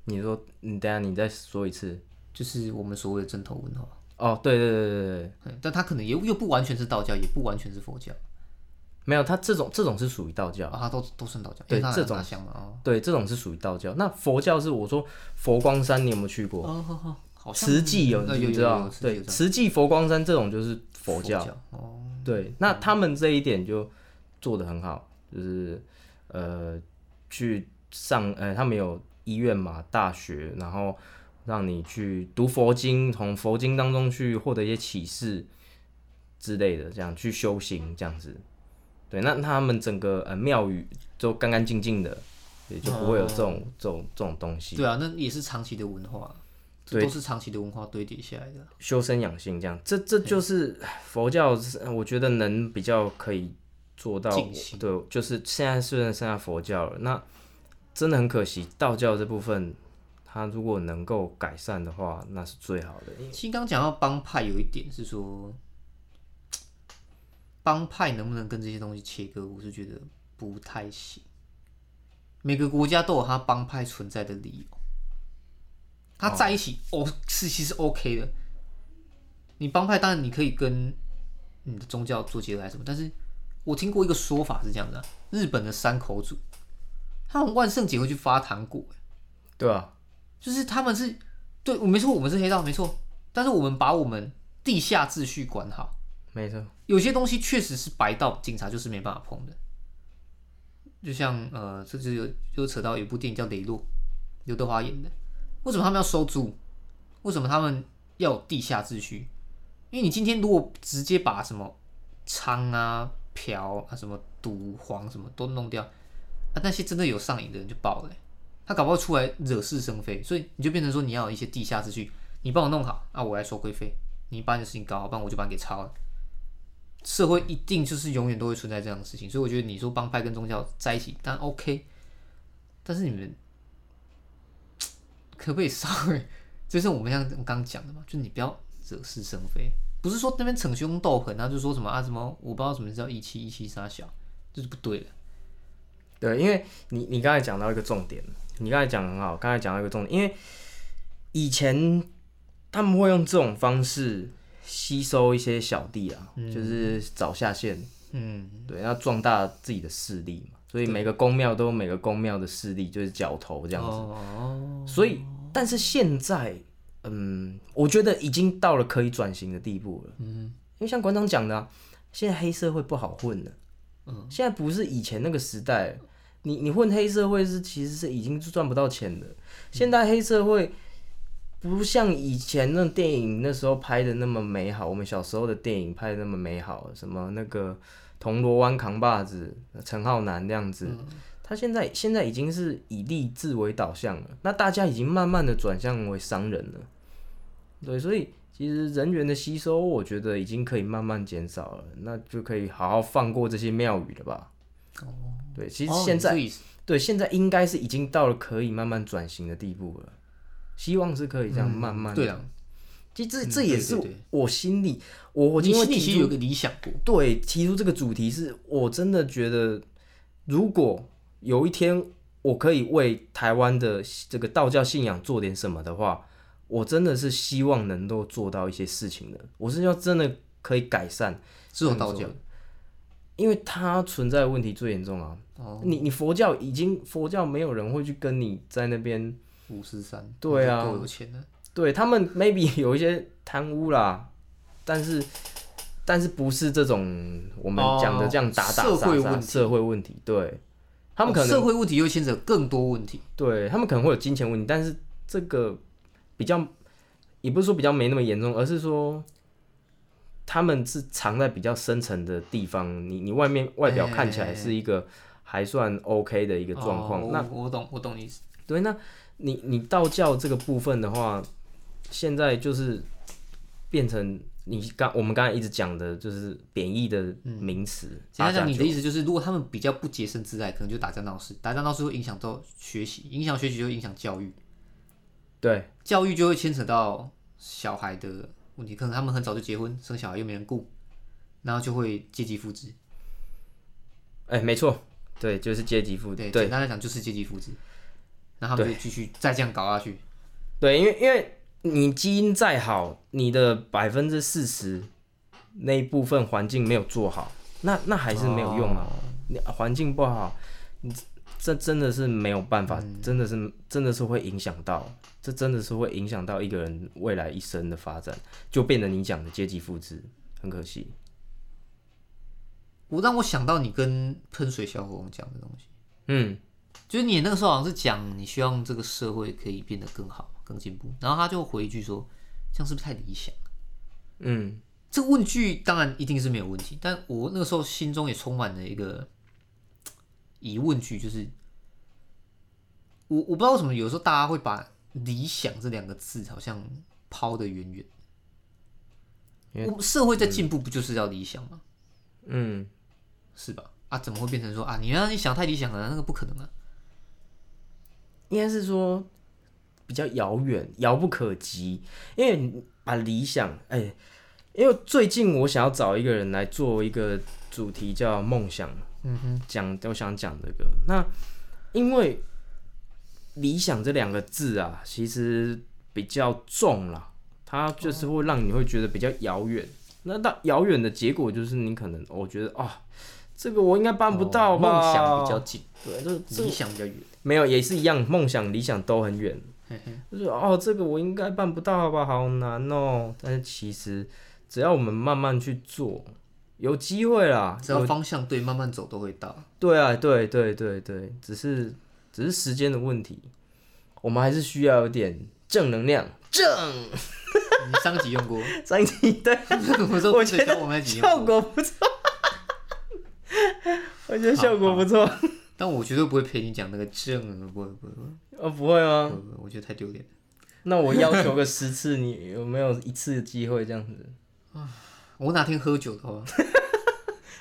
[SPEAKER 1] 你说你等一下你再说一次，
[SPEAKER 2] 就是我们所谓的正头文化。
[SPEAKER 1] 哦，对对对对对，
[SPEAKER 2] 嗯但他可能也又不完全是道教，也不完全是佛教，
[SPEAKER 1] 没有，它这种这种是属于道教，
[SPEAKER 2] 啊，他都都算道教，
[SPEAKER 1] 对
[SPEAKER 2] 因为他
[SPEAKER 1] 这种
[SPEAKER 2] 拿香嘛，哦，
[SPEAKER 1] 对，这种是属于道教。那佛教是我说佛光山，你有没有去过？
[SPEAKER 2] 哦，好好，好像
[SPEAKER 1] 慈济有，
[SPEAKER 2] 呃
[SPEAKER 1] 你
[SPEAKER 2] 有
[SPEAKER 1] 知
[SPEAKER 2] 有
[SPEAKER 1] 道
[SPEAKER 2] 有？慈济
[SPEAKER 1] 对，
[SPEAKER 2] 有
[SPEAKER 1] 慈济佛光山这种就是佛教。
[SPEAKER 2] 哦，
[SPEAKER 1] 对，那他们这一点就做得很好，就是呃，去上呃，他们有医院嘛、大学，然后让你去读佛经，从佛经当中去获得一些启示之类的，这样去修行这样子。对，那他们整个呃庙宇都干干净净的，也就不会有这种、
[SPEAKER 2] 哦
[SPEAKER 1] 这种这种东西，
[SPEAKER 2] 对啊，那也是长期的文化，这
[SPEAKER 1] 对
[SPEAKER 2] 都是长期的文化堆叠下来的。
[SPEAKER 1] 修身养性这样，这这就是佛教是，我觉得能比较可以做到
[SPEAKER 2] 尽兴，
[SPEAKER 1] 对，就是现在虽然剩下佛教了，那真的很可惜，道教这部分，它如果能够改善的话，那是最好的。
[SPEAKER 2] 其实刚讲到帮派，有一点是说，帮派能不能跟这些东西切割，我是觉得不太行。每个国家都有它帮派存在的理由，它在一起哦是其实是 OK 的。你帮派当然你可以跟你的宗教做结合还是什么，但是我听过一个说法是这样的、啊：日本的山口组，他们万圣节会去发糖果，
[SPEAKER 1] 对啊，
[SPEAKER 2] 就是他们是对，我没错，我们是黑道，没错。但是我们把我们地下秩序管好，
[SPEAKER 1] 没错，
[SPEAKER 2] 有些东西确实是白道警察就是没办法碰的。就像呃，这就有又扯到有部电影叫《雷洛》，刘德华演的。为什么他们要收租？为什么他们要有地下秩序？因为你今天如果直接把什么娼啊、嫖啊、什么赌黄什么都弄掉，啊，那些真的有上瘾的人就爆了欸、他搞不好出来惹是生非，所以你就变成说你要有一些地下秩序，你帮我弄好啊，我来收规费，你把你的事情搞好，不然我就把你给抄了。社会一定就是永远都会存在这样的事情，所以我觉得你说帮派跟宗教在一起，当然 OK，但是你们可不可以稍微， 就是我们像我刚刚讲的嘛，就是你不要惹是生非，不是说那边逞凶斗狠啊，就说什么啊什么，我不知道什么叫一七一七杀小，这是不对的。
[SPEAKER 1] 对，因为你你刚才讲到一个重点，你刚才讲得很好，刚才讲到一个重点，因为以前他们会用这种方式吸收一些小弟啊，就是找下线。
[SPEAKER 2] 嗯，
[SPEAKER 1] 对，要壮大自己的势力嘛，所以每个公庙都有每个公庙的势力，就是角头这样子。
[SPEAKER 2] 哦，
[SPEAKER 1] 所以，但是现在，嗯，我觉得已经到了可以转型的地步了。嗯，因为像馆长讲的、啊，现在黑社会不好混了。嗯，现在不是以前那个时代了，你你混黑社会是其实是已经赚不到钱的。现在黑社会不像以前那电影那时候拍的那么美好，我们小时候的电影拍的那么美好，什么那个铜锣湾扛把子、陈浩南那样子，他现在现在已经是以励志为导向了，那大家已经慢慢的转向为商人了，对，所以其实人员的吸收，我觉得已经可以慢慢减少了，那就可以好好放过这些庙宇了吧。哦，对，其实
[SPEAKER 2] 哦
[SPEAKER 1] 现在、
[SPEAKER 2] 你这个意思
[SPEAKER 1] 对，现在应该是已经到了可以慢慢转型的地步了，希望是可以这样慢慢。
[SPEAKER 2] 对啊，
[SPEAKER 1] 其实这
[SPEAKER 2] 嗯
[SPEAKER 1] 这也
[SPEAKER 2] 对
[SPEAKER 1] 是
[SPEAKER 2] 对对
[SPEAKER 1] 我心里，我我
[SPEAKER 2] 你
[SPEAKER 1] 因为
[SPEAKER 2] 心里
[SPEAKER 1] 提
[SPEAKER 2] 其
[SPEAKER 1] 出
[SPEAKER 2] 实有个理想国，
[SPEAKER 1] 对提出这个主题是，我真的觉得，如果有一天我可以为台湾的这个道教信仰做点什么的话，我真的是希望能够做到一些事情的。我是要真的可以改善，
[SPEAKER 2] 这种道教，
[SPEAKER 1] 因为它存在的问题最严重啊。
[SPEAKER 2] 哦，
[SPEAKER 1] 你你佛教已经佛教没有人会去跟你在那边，
[SPEAKER 2] 五十三，
[SPEAKER 1] 对啊
[SPEAKER 2] 够有钱的，
[SPEAKER 1] 对他们 maybe 有一些贪污啦，但是但是不是这种我们讲的这样
[SPEAKER 2] 哦
[SPEAKER 1] 打打
[SPEAKER 2] 社
[SPEAKER 1] 杀
[SPEAKER 2] 会
[SPEAKER 1] 杀
[SPEAKER 2] 问题
[SPEAKER 1] 社会问题，对他们可
[SPEAKER 2] 哦
[SPEAKER 1] 能、
[SPEAKER 2] 社会问题又牵扯更多问题，
[SPEAKER 1] 对他们可能会有金钱问题，但是这个比较也不是说比较没那么严重，而是说。他们是藏在比较深层的地方，你你外面外表看起来
[SPEAKER 2] 哎
[SPEAKER 1] 是一个还算 OK 的一
[SPEAKER 2] 一
[SPEAKER 1] 个状况，那
[SPEAKER 2] 那哦我懂，我懂你意思，
[SPEAKER 1] 对，那你你道教这个部分的话，现在就是变成你刚我们刚才一直讲的，就是贬义的名词。
[SPEAKER 2] 简
[SPEAKER 1] 八
[SPEAKER 2] 单
[SPEAKER 1] 加
[SPEAKER 2] 嗯讲，你的
[SPEAKER 1] 九
[SPEAKER 2] 意思就是，如果他们比较不洁身自爱，可能就打架闹事，打架闹事会影响到学习，影响学习就会影响教育，
[SPEAKER 1] 对
[SPEAKER 2] 教育就会牵扯到小孩的问题，可能他们很早就结婚，生小孩又没人顾，然后就会阶级复制，
[SPEAKER 1] 哎、没错，对，就是阶级复
[SPEAKER 2] 对，
[SPEAKER 1] 对
[SPEAKER 2] 简单来讲就是阶级复制，然后他们就继续再这样搞下去，
[SPEAKER 1] 对，因为因为你基因再好，你的百分之四十那一部分环境没有做好，那那还是没有用啊。你环境不好，你这真的是没有办法，真的是真的是会影响到，这真的是会影响到一个人未来一生的发展，就变成你讲的阶级复制，很可惜。
[SPEAKER 2] 我让我想到你跟喷水小火龙讲的东西，
[SPEAKER 1] 嗯，
[SPEAKER 2] 就是你那个时候好像是讲你希望这个社会可以变得更好、更进步，然后他就回一句说：“这样是不是太理想？”
[SPEAKER 1] 嗯，
[SPEAKER 2] 这个问句当然一定是没有问题，但我那个时候心中也充满了一个嘖疑问句，就是我我不知道为什么有时候大家会把理想这两个字好像抛得远远。
[SPEAKER 1] 因为
[SPEAKER 2] 我们社会在进步，不就是要理想吗？
[SPEAKER 1] 嗯，
[SPEAKER 2] 是吧？啊，怎么会变成说啊？你让你想太理想了，那个不可能啊！
[SPEAKER 1] 应该是说比较遥远、遥不可及，因为你把理想，哎、因为最近我想要找一个人来做一个主题叫梦想，嗯哼，讲我想讲这个。那因为理想这两个字啊，其实比较重啦，它就是会让你会觉得比较遥远。那到遥远的结果就是你可能，哦我觉得啊、这个我应该办不到
[SPEAKER 2] 哦
[SPEAKER 1] 吧？
[SPEAKER 2] 梦想比较近，
[SPEAKER 1] 对，就是这
[SPEAKER 2] 理想比较远。
[SPEAKER 1] 没有，也是一样，梦想、理想都很远。就是哦，这个我应该办不到吧，好难哦。但是其实，只要我们慢慢去做，有机会啦。
[SPEAKER 2] 只要方向对，慢慢走都会到。
[SPEAKER 1] 对啊，对对对对，只是只是时间的问题，我们还是需要有点正能量。正
[SPEAKER 2] 你上一 集用过，
[SPEAKER 1] 上一集对
[SPEAKER 2] 我说
[SPEAKER 1] 我
[SPEAKER 2] 我
[SPEAKER 1] 觉
[SPEAKER 2] 觉得我们那集用
[SPEAKER 1] 效
[SPEAKER 2] 过，
[SPEAKER 1] 果不错，我觉得效果不错。
[SPEAKER 2] 但我绝对不会陪你讲那个正，不会不会不会
[SPEAKER 1] 哦，不会吗？
[SPEAKER 2] 不会，我觉得太丢脸了。
[SPEAKER 1] 那我要求个十次，你有没有一次机会这样子？
[SPEAKER 2] 我哪天喝酒的话，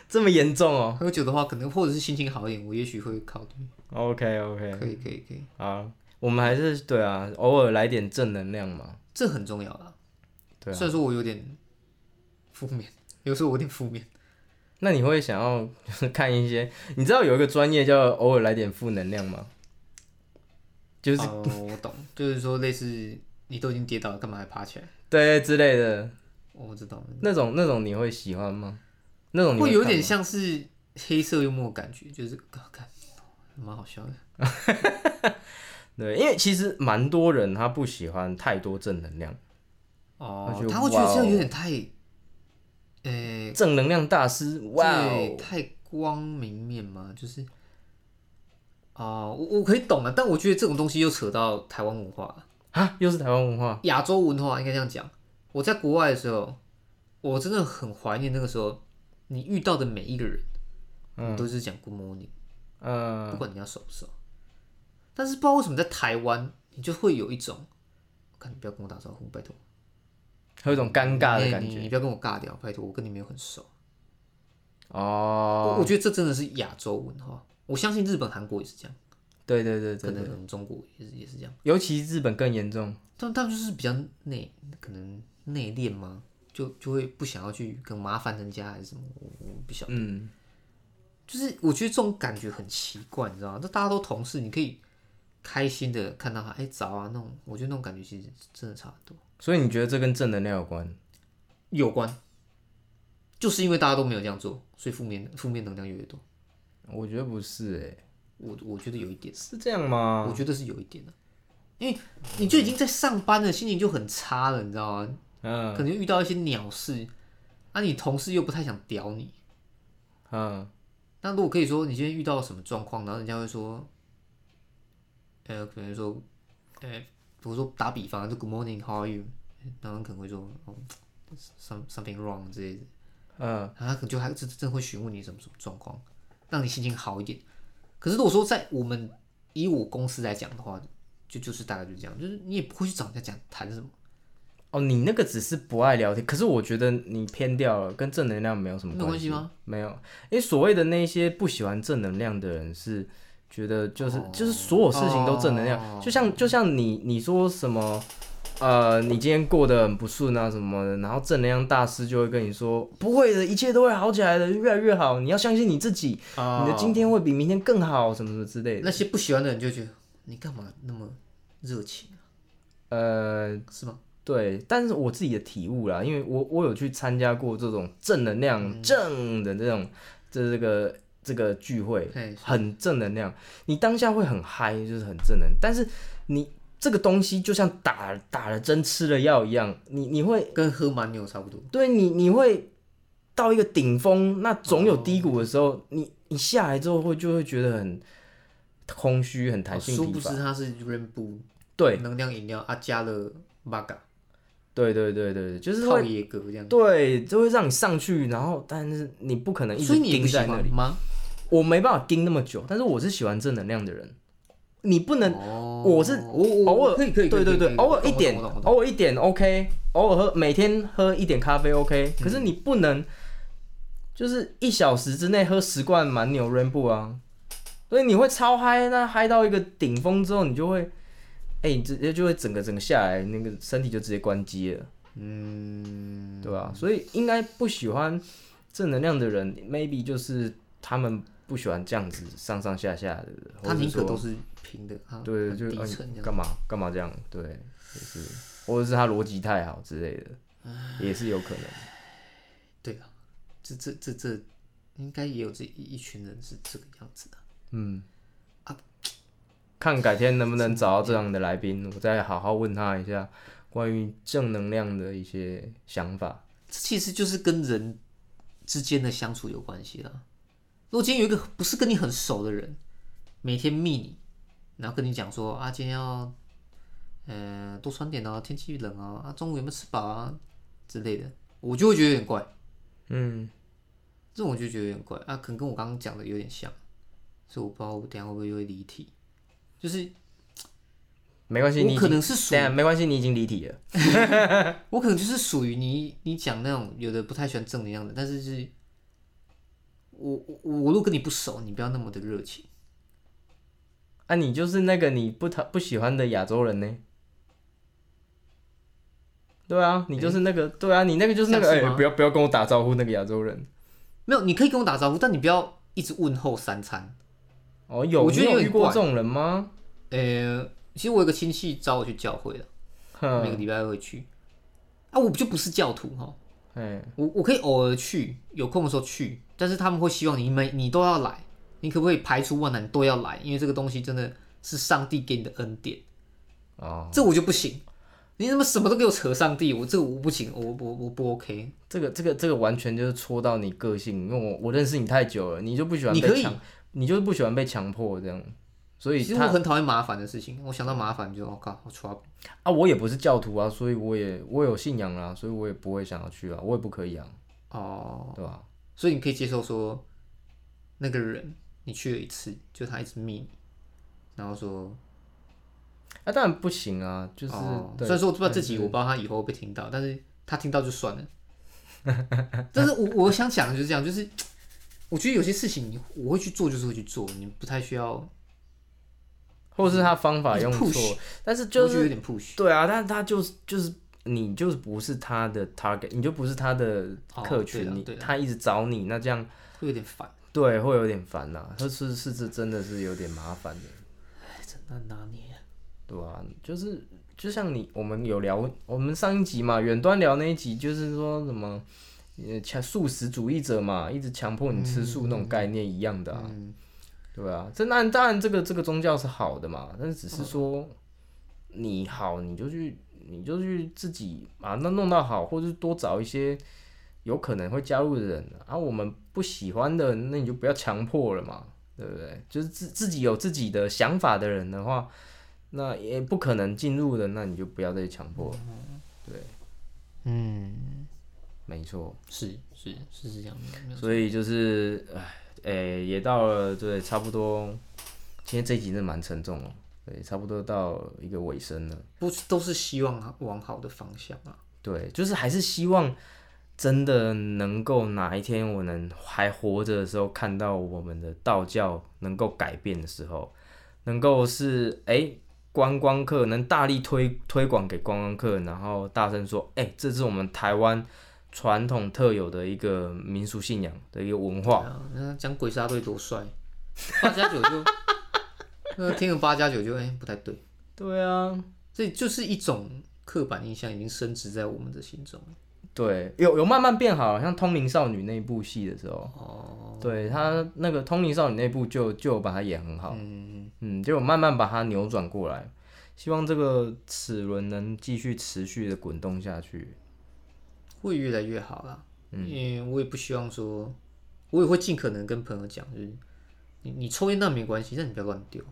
[SPEAKER 1] 这么严重哦
[SPEAKER 2] 喝酒的话，可能或者是心情好一点，我也许会考虑。
[SPEAKER 1] ？OK OK，
[SPEAKER 2] 可以可以可以，
[SPEAKER 1] 好，我们还是对啊，偶尔来点正能量嘛。
[SPEAKER 2] 这很重要啦。
[SPEAKER 1] 对啊，
[SPEAKER 2] 虽然说我有点负面，有时候我有点负面，
[SPEAKER 1] 那你会想要 看一些？你知道有一个专业叫偶尔来点负能量吗？就是、
[SPEAKER 2] 哦，我懂，就是说类似你都已经跌倒了，干嘛还爬起来？
[SPEAKER 1] 对之类的
[SPEAKER 2] 我知道，
[SPEAKER 1] 那种那种你会喜欢吗？那种你
[SPEAKER 2] 会有点
[SPEAKER 1] 看吗
[SPEAKER 2] 像是黑色幽默的感觉，就是啊看蛮好笑的。
[SPEAKER 1] 对，因为其实蛮多人他不喜欢太多正能量，他
[SPEAKER 2] 哦
[SPEAKER 1] 觉，得
[SPEAKER 2] 他会觉
[SPEAKER 1] 哇
[SPEAKER 2] 得
[SPEAKER 1] 哦
[SPEAKER 2] 这样有点太，呃，
[SPEAKER 1] 正能量大师，哇
[SPEAKER 2] 对
[SPEAKER 1] 哦，
[SPEAKER 2] 太光明面嘛，就是，哦，我我可以懂了，但我觉得这种东西又扯到台湾文化了，
[SPEAKER 1] 啊，又是台湾文化，
[SPEAKER 2] 亚洲文化应该这样讲。我在国外的时候，我真的很怀念那个时候，你遇到的每一个人，你都是讲 Good morning，、
[SPEAKER 1] 嗯、
[SPEAKER 2] 不管人家熟不熟。但是不知道为什么在台湾，你就会有一种，看你不要跟我打招呼，拜托。
[SPEAKER 1] 会有一种尴尬的
[SPEAKER 2] 哎
[SPEAKER 1] 感
[SPEAKER 2] 你
[SPEAKER 1] 觉、
[SPEAKER 2] 你不要跟我尬聊，拜托，我跟你没有很熟。我嗯
[SPEAKER 1] 哦。
[SPEAKER 2] 我觉得这真的是亚洲文化，我相信日本、韩国也是这样，
[SPEAKER 1] 对对对
[SPEAKER 2] 可
[SPEAKER 1] 对
[SPEAKER 2] 能
[SPEAKER 1] 对，
[SPEAKER 2] 可能中国也是也是这样，
[SPEAKER 1] 尤其日本更严重。
[SPEAKER 2] 但他们就是比较内，可能内敛嘛，就就会不想要去跟麻烦人家还是什么，我我不晓得。
[SPEAKER 1] 嗯，
[SPEAKER 2] 就是我觉得这种感觉很奇怪，你知道吗？就大家都同事，你可以开心的看到他，哎、早啊，那种我觉得那种感觉其实真的差很多。
[SPEAKER 1] 所以你觉得这跟正能量有关？
[SPEAKER 2] 有关，就是因为大家都没有这样做，所以负面负面能量越来越多。
[SPEAKER 1] 我觉得不是、欸，
[SPEAKER 2] 我我觉得有一点。
[SPEAKER 1] 是这样吗？
[SPEAKER 2] 我觉得是有一点的、因为你就已经在上班了，心情就很差了，你知道吗？
[SPEAKER 1] 嗯
[SPEAKER 2] 可能就遇到一些鸟事，啊，你同事又不太想屌你。
[SPEAKER 1] 嗯，
[SPEAKER 2] 那如果可以说你今天遇到什么状况，然后人家会说，呃，可能说，呃，比如说打比方，就 Good morning，How are you？然后可能会说，哦，some something wrong 之类的，
[SPEAKER 1] 嗯，
[SPEAKER 2] 然后他可能就还真真会询问你什么什么状况，让你心情好一点。可是如果说在我们以我公司来讲的话，就就是大概就这样，就是你也不会去找人家讲谈什么。
[SPEAKER 1] 哦，你那个只是不爱聊天，可是我觉得你偏掉了，跟正能量没有什么
[SPEAKER 2] 没有
[SPEAKER 1] 关
[SPEAKER 2] 关系吗？
[SPEAKER 1] 没有，因为所谓的那些不喜欢正能量的人是觉得就是、
[SPEAKER 2] 哦
[SPEAKER 1] 就是所有事情都正能量，就像就像你你说什么。呃，你今天过得很不顺啊什么的，然后正能量大师就会跟你说，不会的，一切都会好起来的，越来越好，你要相信你自己，
[SPEAKER 2] 哦
[SPEAKER 1] 你的今天会比明天更好，什么什么之类的。
[SPEAKER 2] 那些不喜欢的人就觉得你干嘛那么热情啊？
[SPEAKER 1] 呃，
[SPEAKER 2] 是吗？
[SPEAKER 1] 对，但是我自己的体悟啦，因为我我有去参加过这种正能量、
[SPEAKER 2] 嗯
[SPEAKER 1] 正的这种这这个这个聚会
[SPEAKER 2] 嘿，
[SPEAKER 1] 很正能量，你当下会很嗨，就是很正能，但是你这个东西就像打打了针、吃了药一样，你你会
[SPEAKER 2] 跟喝蛮牛差不多。
[SPEAKER 1] 对你你会到一个顶峰，那总有低谷的时候，
[SPEAKER 2] 哦
[SPEAKER 1] 你你下来之后会就会觉得很空虚、很弹性
[SPEAKER 2] 殊
[SPEAKER 1] 疲
[SPEAKER 2] 哦不
[SPEAKER 1] 乏，
[SPEAKER 2] 知它是 Rainbow
[SPEAKER 1] 对
[SPEAKER 2] 能量饮料啊，加了 Vaga，
[SPEAKER 1] 对对对对，对就是
[SPEAKER 2] 泡
[SPEAKER 1] 会。
[SPEAKER 2] 野格这样。
[SPEAKER 1] 对，就会让你上去，然后但是你不可能一
[SPEAKER 2] 所
[SPEAKER 1] 直
[SPEAKER 2] 以你也
[SPEAKER 1] 盯
[SPEAKER 2] 不喜
[SPEAKER 1] 在那
[SPEAKER 2] 欢
[SPEAKER 1] 里，
[SPEAKER 2] 吗？
[SPEAKER 1] 我没办法盯那么久，但是我是喜欢正能量的人，你不能，
[SPEAKER 2] 哦
[SPEAKER 1] 我是
[SPEAKER 2] 我我
[SPEAKER 1] 偶尔
[SPEAKER 2] 可以可以可
[SPEAKER 1] 对
[SPEAKER 2] 以
[SPEAKER 1] 对
[SPEAKER 2] 可
[SPEAKER 1] 对，
[SPEAKER 2] 以
[SPEAKER 1] 偶尔
[SPEAKER 2] 我懂
[SPEAKER 1] 一点
[SPEAKER 2] 我懂我，懂
[SPEAKER 1] 偶尔一点 OK，偶尔喝每天喝一点咖啡
[SPEAKER 2] 嗯
[SPEAKER 1] OK，可是你不能，就是一小时之内喝十罐满牛 Rainbow 啊，所以你会超嗨，那嗨到一个顶峰之后，你就会，哎、你直接就会整个整个下来，那个身体就直接关机了。
[SPEAKER 2] 嗯，
[SPEAKER 1] 对吧、所以应该不喜欢正能量的人，maybe 就是他们不喜欢这样子上上下下的，
[SPEAKER 2] 他
[SPEAKER 1] 或者
[SPEAKER 2] 宁可
[SPEAKER 1] 说
[SPEAKER 2] 都是平的，啊
[SPEAKER 1] 对，
[SPEAKER 2] 很
[SPEAKER 1] 就
[SPEAKER 2] 低
[SPEAKER 1] 哎
[SPEAKER 2] 沉这样。
[SPEAKER 1] 干嘛干嘛这样，对，就是或者是他逻辑太好之类的，也是有可能。
[SPEAKER 2] 对啊，这这这这应该也有这一一群人是这个样子的。
[SPEAKER 1] 嗯，
[SPEAKER 2] 啊
[SPEAKER 1] 看改天能不能找到这样的来宾，我再好好问他一下关于正能量的一些想法。
[SPEAKER 2] 这其实就是跟人之间的相处有关系啦。如果今天有一个不是跟你很熟的人，每天密你，然后跟你讲说啊，今天要呃多穿点啊，天气冷啊，啊中午有没有吃饱啊之类的，我就会觉得有点怪。
[SPEAKER 1] 嗯，
[SPEAKER 2] 这种我就觉得有点怪啊，可能跟我刚刚讲的有点像，所以我不知道我等一下会不会又会离题。就是
[SPEAKER 1] 没关系，你
[SPEAKER 2] 我
[SPEAKER 1] 已
[SPEAKER 2] 可
[SPEAKER 1] 经
[SPEAKER 2] 能是属
[SPEAKER 1] 等一下没关系，你已经离题了。
[SPEAKER 2] 我可能就是属于你你讲那种有的不太喜欢正能量的，但是就是我我我如果跟你不熟，你不要那么的热情。
[SPEAKER 1] 啊，你就是那个你不讨不喜欢的亚洲人呢？对啊，你就是那个，对啊，你那个就是那个，
[SPEAKER 2] 像
[SPEAKER 1] 哎、
[SPEAKER 2] 是吗
[SPEAKER 1] 不要不要跟我打招呼那个亚洲人。
[SPEAKER 2] 没有，你可以跟我打招呼，但你不要一直问候三餐。
[SPEAKER 1] 哦，有，
[SPEAKER 2] 我觉得
[SPEAKER 1] 你有
[SPEAKER 2] 有
[SPEAKER 1] 遇
[SPEAKER 2] 点
[SPEAKER 1] 过
[SPEAKER 2] 怪
[SPEAKER 1] 这种人吗？
[SPEAKER 2] 呃，其实我有个亲戚找我去教会了，每个
[SPEAKER 1] 哼，
[SPEAKER 2] 礼拜会去。啊，我就不是教徒哈，
[SPEAKER 1] 哎，
[SPEAKER 2] 我我可以偶尔去，有空的时候去，但是他们会希望你每你都要来，你可不可以排除万难都要来？因为这个东西真的是上帝给你的恩典，
[SPEAKER 1] 哦，
[SPEAKER 2] 这我就不行。你怎么什么都给我扯上帝？我这个我不行，我我我不 OK。
[SPEAKER 1] 这个这个这个完全就是戳到你个性，因为我我认识你太久了，你就不喜欢
[SPEAKER 2] 你可
[SPEAKER 1] 被
[SPEAKER 2] 以
[SPEAKER 1] 强，你就是不喜欢被强迫这样，所以
[SPEAKER 2] 其实我
[SPEAKER 1] 他
[SPEAKER 2] 很讨厌麻烦的事情，我想到麻烦就我、哦靠，我 trouble。
[SPEAKER 1] 啊，我也不是教徒啊，所以我也我有信仰啊啦，所以我也不会想要去啊，我也不可以啊，
[SPEAKER 2] 哦，
[SPEAKER 1] 对吧、
[SPEAKER 2] 所以你可以接受说，那个人你去了一次，就他一直密你，然后说，
[SPEAKER 1] 啊，当然不行啊，就是、
[SPEAKER 2] 哦、
[SPEAKER 1] 对
[SPEAKER 2] 虽然说我不知道这集，我不知道他以后会不会听到，但是他听到就算了。但是我我想讲的就是这样，就是我觉得有些事情你我会去做，就是会去做，你不太需要，
[SPEAKER 1] 或是他方法用
[SPEAKER 2] 一直
[SPEAKER 1] 错，但是就
[SPEAKER 2] 我觉得有
[SPEAKER 1] 是
[SPEAKER 2] 点 push。
[SPEAKER 1] 对啊，但是他就是就是你就是不是他的 target，你就不是他的
[SPEAKER 2] 哦
[SPEAKER 1] 客群，
[SPEAKER 2] 对啊
[SPEAKER 1] 你
[SPEAKER 2] 对啊
[SPEAKER 1] 他一直找你，那这样
[SPEAKER 2] 会有点烦，
[SPEAKER 1] 对会有点烦呐、这是是这真的是有点麻烦的，
[SPEAKER 2] 真难拿捏。
[SPEAKER 1] 对吧、就是就像你我们有聊，我们上一集嘛，远端聊那一集，就是说什么。呃，强素食主义者嘛，一直强迫你吃素那种概念一样的、啊，
[SPEAKER 2] 嗯，
[SPEAKER 1] 对啊，这那当然，这个这个宗教是好的嘛，但是只是说你好，你就去你就去自己啊，那弄到好，或者是多找一些有可能会加入的人啊，我们不喜欢的，那你就不要强迫了嘛，对不对？就是自自己有自己的想法的人的话，那也不可能进入的，那你就不要再强迫了。对，
[SPEAKER 2] 嗯，
[SPEAKER 1] 没错。
[SPEAKER 2] 是是是这样的，没有
[SPEAKER 1] 所以就是，唉，诶、也到了，对，差不多。今天这一集真的蛮沉重哦，对，差不多到一个尾声了。
[SPEAKER 2] 不是都是希望啊往好的方向啊。
[SPEAKER 1] 对，就是还是希望真的能够哪一天我能还活着的时候，看到我们的道教能够改变的时候，能够是哎、诶观光客能大力推推广给观光客，然后大声说，哎、这是我们台湾传统特有的一个民俗信仰的一个文化。
[SPEAKER 2] 对啊，那讲鬼杀队多帅，八加九就， 那听了八加九就哎、不太对，
[SPEAKER 1] 对啊，
[SPEAKER 2] 这就是一种刻板印象已经深植在我们的心中了。
[SPEAKER 1] 对，有有慢慢变好，像《通灵少女》那部戏的时候，
[SPEAKER 2] 哦，
[SPEAKER 1] 对他那个《通灵少女》那部就就有把它演很好，
[SPEAKER 2] 嗯，
[SPEAKER 1] 嗯，就有慢慢把它扭转过来。希望这个齿轮能继续持续的滚动下去。
[SPEAKER 2] 会越来越好啦。
[SPEAKER 1] 嗯
[SPEAKER 2] 因为我也不希望说，我也会尽可能跟朋友讲，就是你你抽烟那没关系，但你不要乱丢。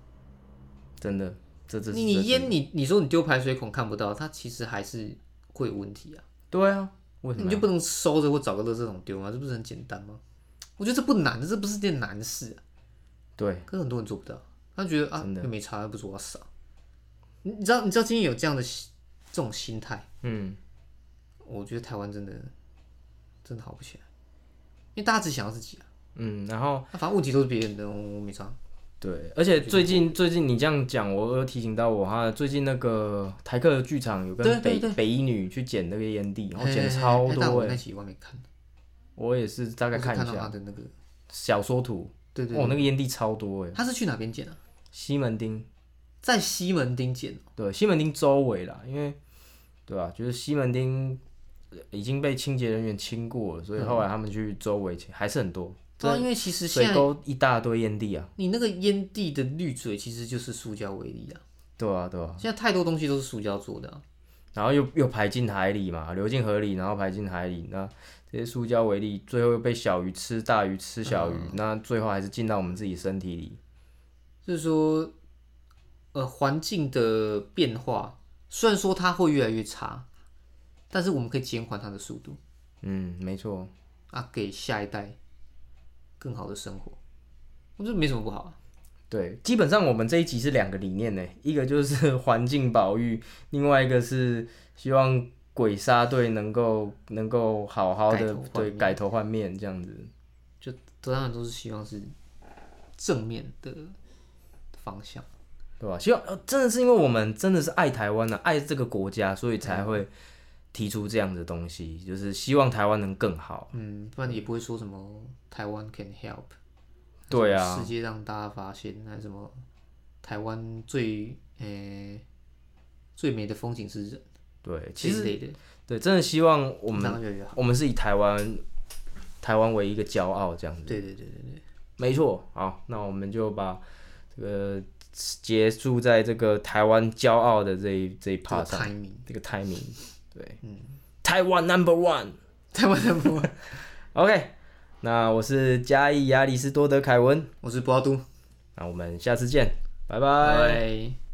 [SPEAKER 1] 真的，这这
[SPEAKER 2] 你你烟你你说你丢排水孔看不到，它其实还是会有问题啊。
[SPEAKER 1] 对啊，为什
[SPEAKER 2] 你
[SPEAKER 1] 么
[SPEAKER 2] 就不能收着或找个垃圾桶丢啊吗？这不是很简单吗？我觉得这不难，这不是件难事、啊，
[SPEAKER 1] 对
[SPEAKER 2] 可是很多人做不到。他觉得啊，
[SPEAKER 1] 真的
[SPEAKER 2] 又没差，又不是我要少。你你知道你知道今天有这样的心这种心态，
[SPEAKER 1] 嗯，
[SPEAKER 2] 我觉得台湾真的真的好不起来，因为大家只想要自己啊，
[SPEAKER 1] 嗯，然后
[SPEAKER 2] 那反正问题都是别人的，我我没差。
[SPEAKER 1] 对，而且最近最近你这样讲，我又提醒到我哈，最近那个台客的剧场有跟
[SPEAKER 2] 对
[SPEAKER 1] 北
[SPEAKER 2] 对对
[SPEAKER 1] 北一女去捡那个烟蒂，然后
[SPEAKER 2] 嘿
[SPEAKER 1] 捡哦超
[SPEAKER 2] 嘿嘿但
[SPEAKER 1] 多
[SPEAKER 2] 我
[SPEAKER 1] 哎、
[SPEAKER 2] 那集我还没看，
[SPEAKER 1] 我也是大概
[SPEAKER 2] 我只
[SPEAKER 1] 看一
[SPEAKER 2] 到他
[SPEAKER 1] 下
[SPEAKER 2] 的那个，
[SPEAKER 1] 小说图，
[SPEAKER 2] 对对
[SPEAKER 1] 哦，那个烟蒂超多哎、
[SPEAKER 2] 他是去哪边捡啊？
[SPEAKER 1] 西门町，
[SPEAKER 2] 在西门町捡哦，
[SPEAKER 1] 对，西门町周围啦，因为对吧、就是西门町呃已经被清洁人员清过了，所以后来他们去周围清，还是很多，
[SPEAKER 2] 对啊，因为其实现
[SPEAKER 1] 水
[SPEAKER 2] 在
[SPEAKER 1] 沟一大堆烟蒂啊，
[SPEAKER 2] 你那个烟蒂的滤嘴其实就是塑胶微粒啊，
[SPEAKER 1] 对啊，对啊。
[SPEAKER 2] 现在太多东西都是塑胶做的、啊，
[SPEAKER 1] 然后又又排进海里嘛，流进河里，然后排进海里。那这些塑胶微粒最后又被小鱼吃大鱼吃小
[SPEAKER 2] 嗯
[SPEAKER 1] 鱼，那最后还是进到我们自己身体里。
[SPEAKER 2] 就是说，呃，环境的变化虽然说它会越来越差，但是我们可以减缓它的速度
[SPEAKER 1] 嗯，没错，
[SPEAKER 2] 啊，给下一代更好的生活，我觉得没什么不好啊。
[SPEAKER 1] 对，基本上我们这一集是两个理念呢， 一个就是环境保育，另外一个是希望鬼杀队能够能够好好
[SPEAKER 2] 改
[SPEAKER 1] 的
[SPEAKER 2] 头换
[SPEAKER 1] 对
[SPEAKER 2] 面
[SPEAKER 1] 改头换面这样子。
[SPEAKER 2] 就当然都是希望是正面的方向。
[SPEAKER 1] 对吧？希望呃真的是因为我们真的是爱台湾呢、啊爱这个国家，所以才会提出这样的东西，就是希望台湾能更好。
[SPEAKER 2] 嗯，不然也不会说什么台湾 can help，
[SPEAKER 1] 对
[SPEAKER 2] 什么
[SPEAKER 1] 啊
[SPEAKER 2] 世，界让大家发现那什么台湾最呃、最美的风景是人，
[SPEAKER 1] 对，其实
[SPEAKER 2] 这一类的，
[SPEAKER 1] 对，真的希望我们
[SPEAKER 2] 当然越来越好。
[SPEAKER 1] 我们是以台湾台湾为一个骄傲这样子。
[SPEAKER 2] 对对对对对，
[SPEAKER 1] 没错，好，那我们就把这个结束在这个台湾骄傲的这一这一
[SPEAKER 2] 这个
[SPEAKER 1] part 上，
[SPEAKER 2] timing，
[SPEAKER 1] 这个 timing，对，嗯，台湾 number one。
[SPEAKER 2] 台湾的不，
[SPEAKER 1] OK，那我是嘉义亚里士多德凯文。
[SPEAKER 2] 我是博阿都，
[SPEAKER 1] 那我们下次见，拜拜。
[SPEAKER 2] 拜。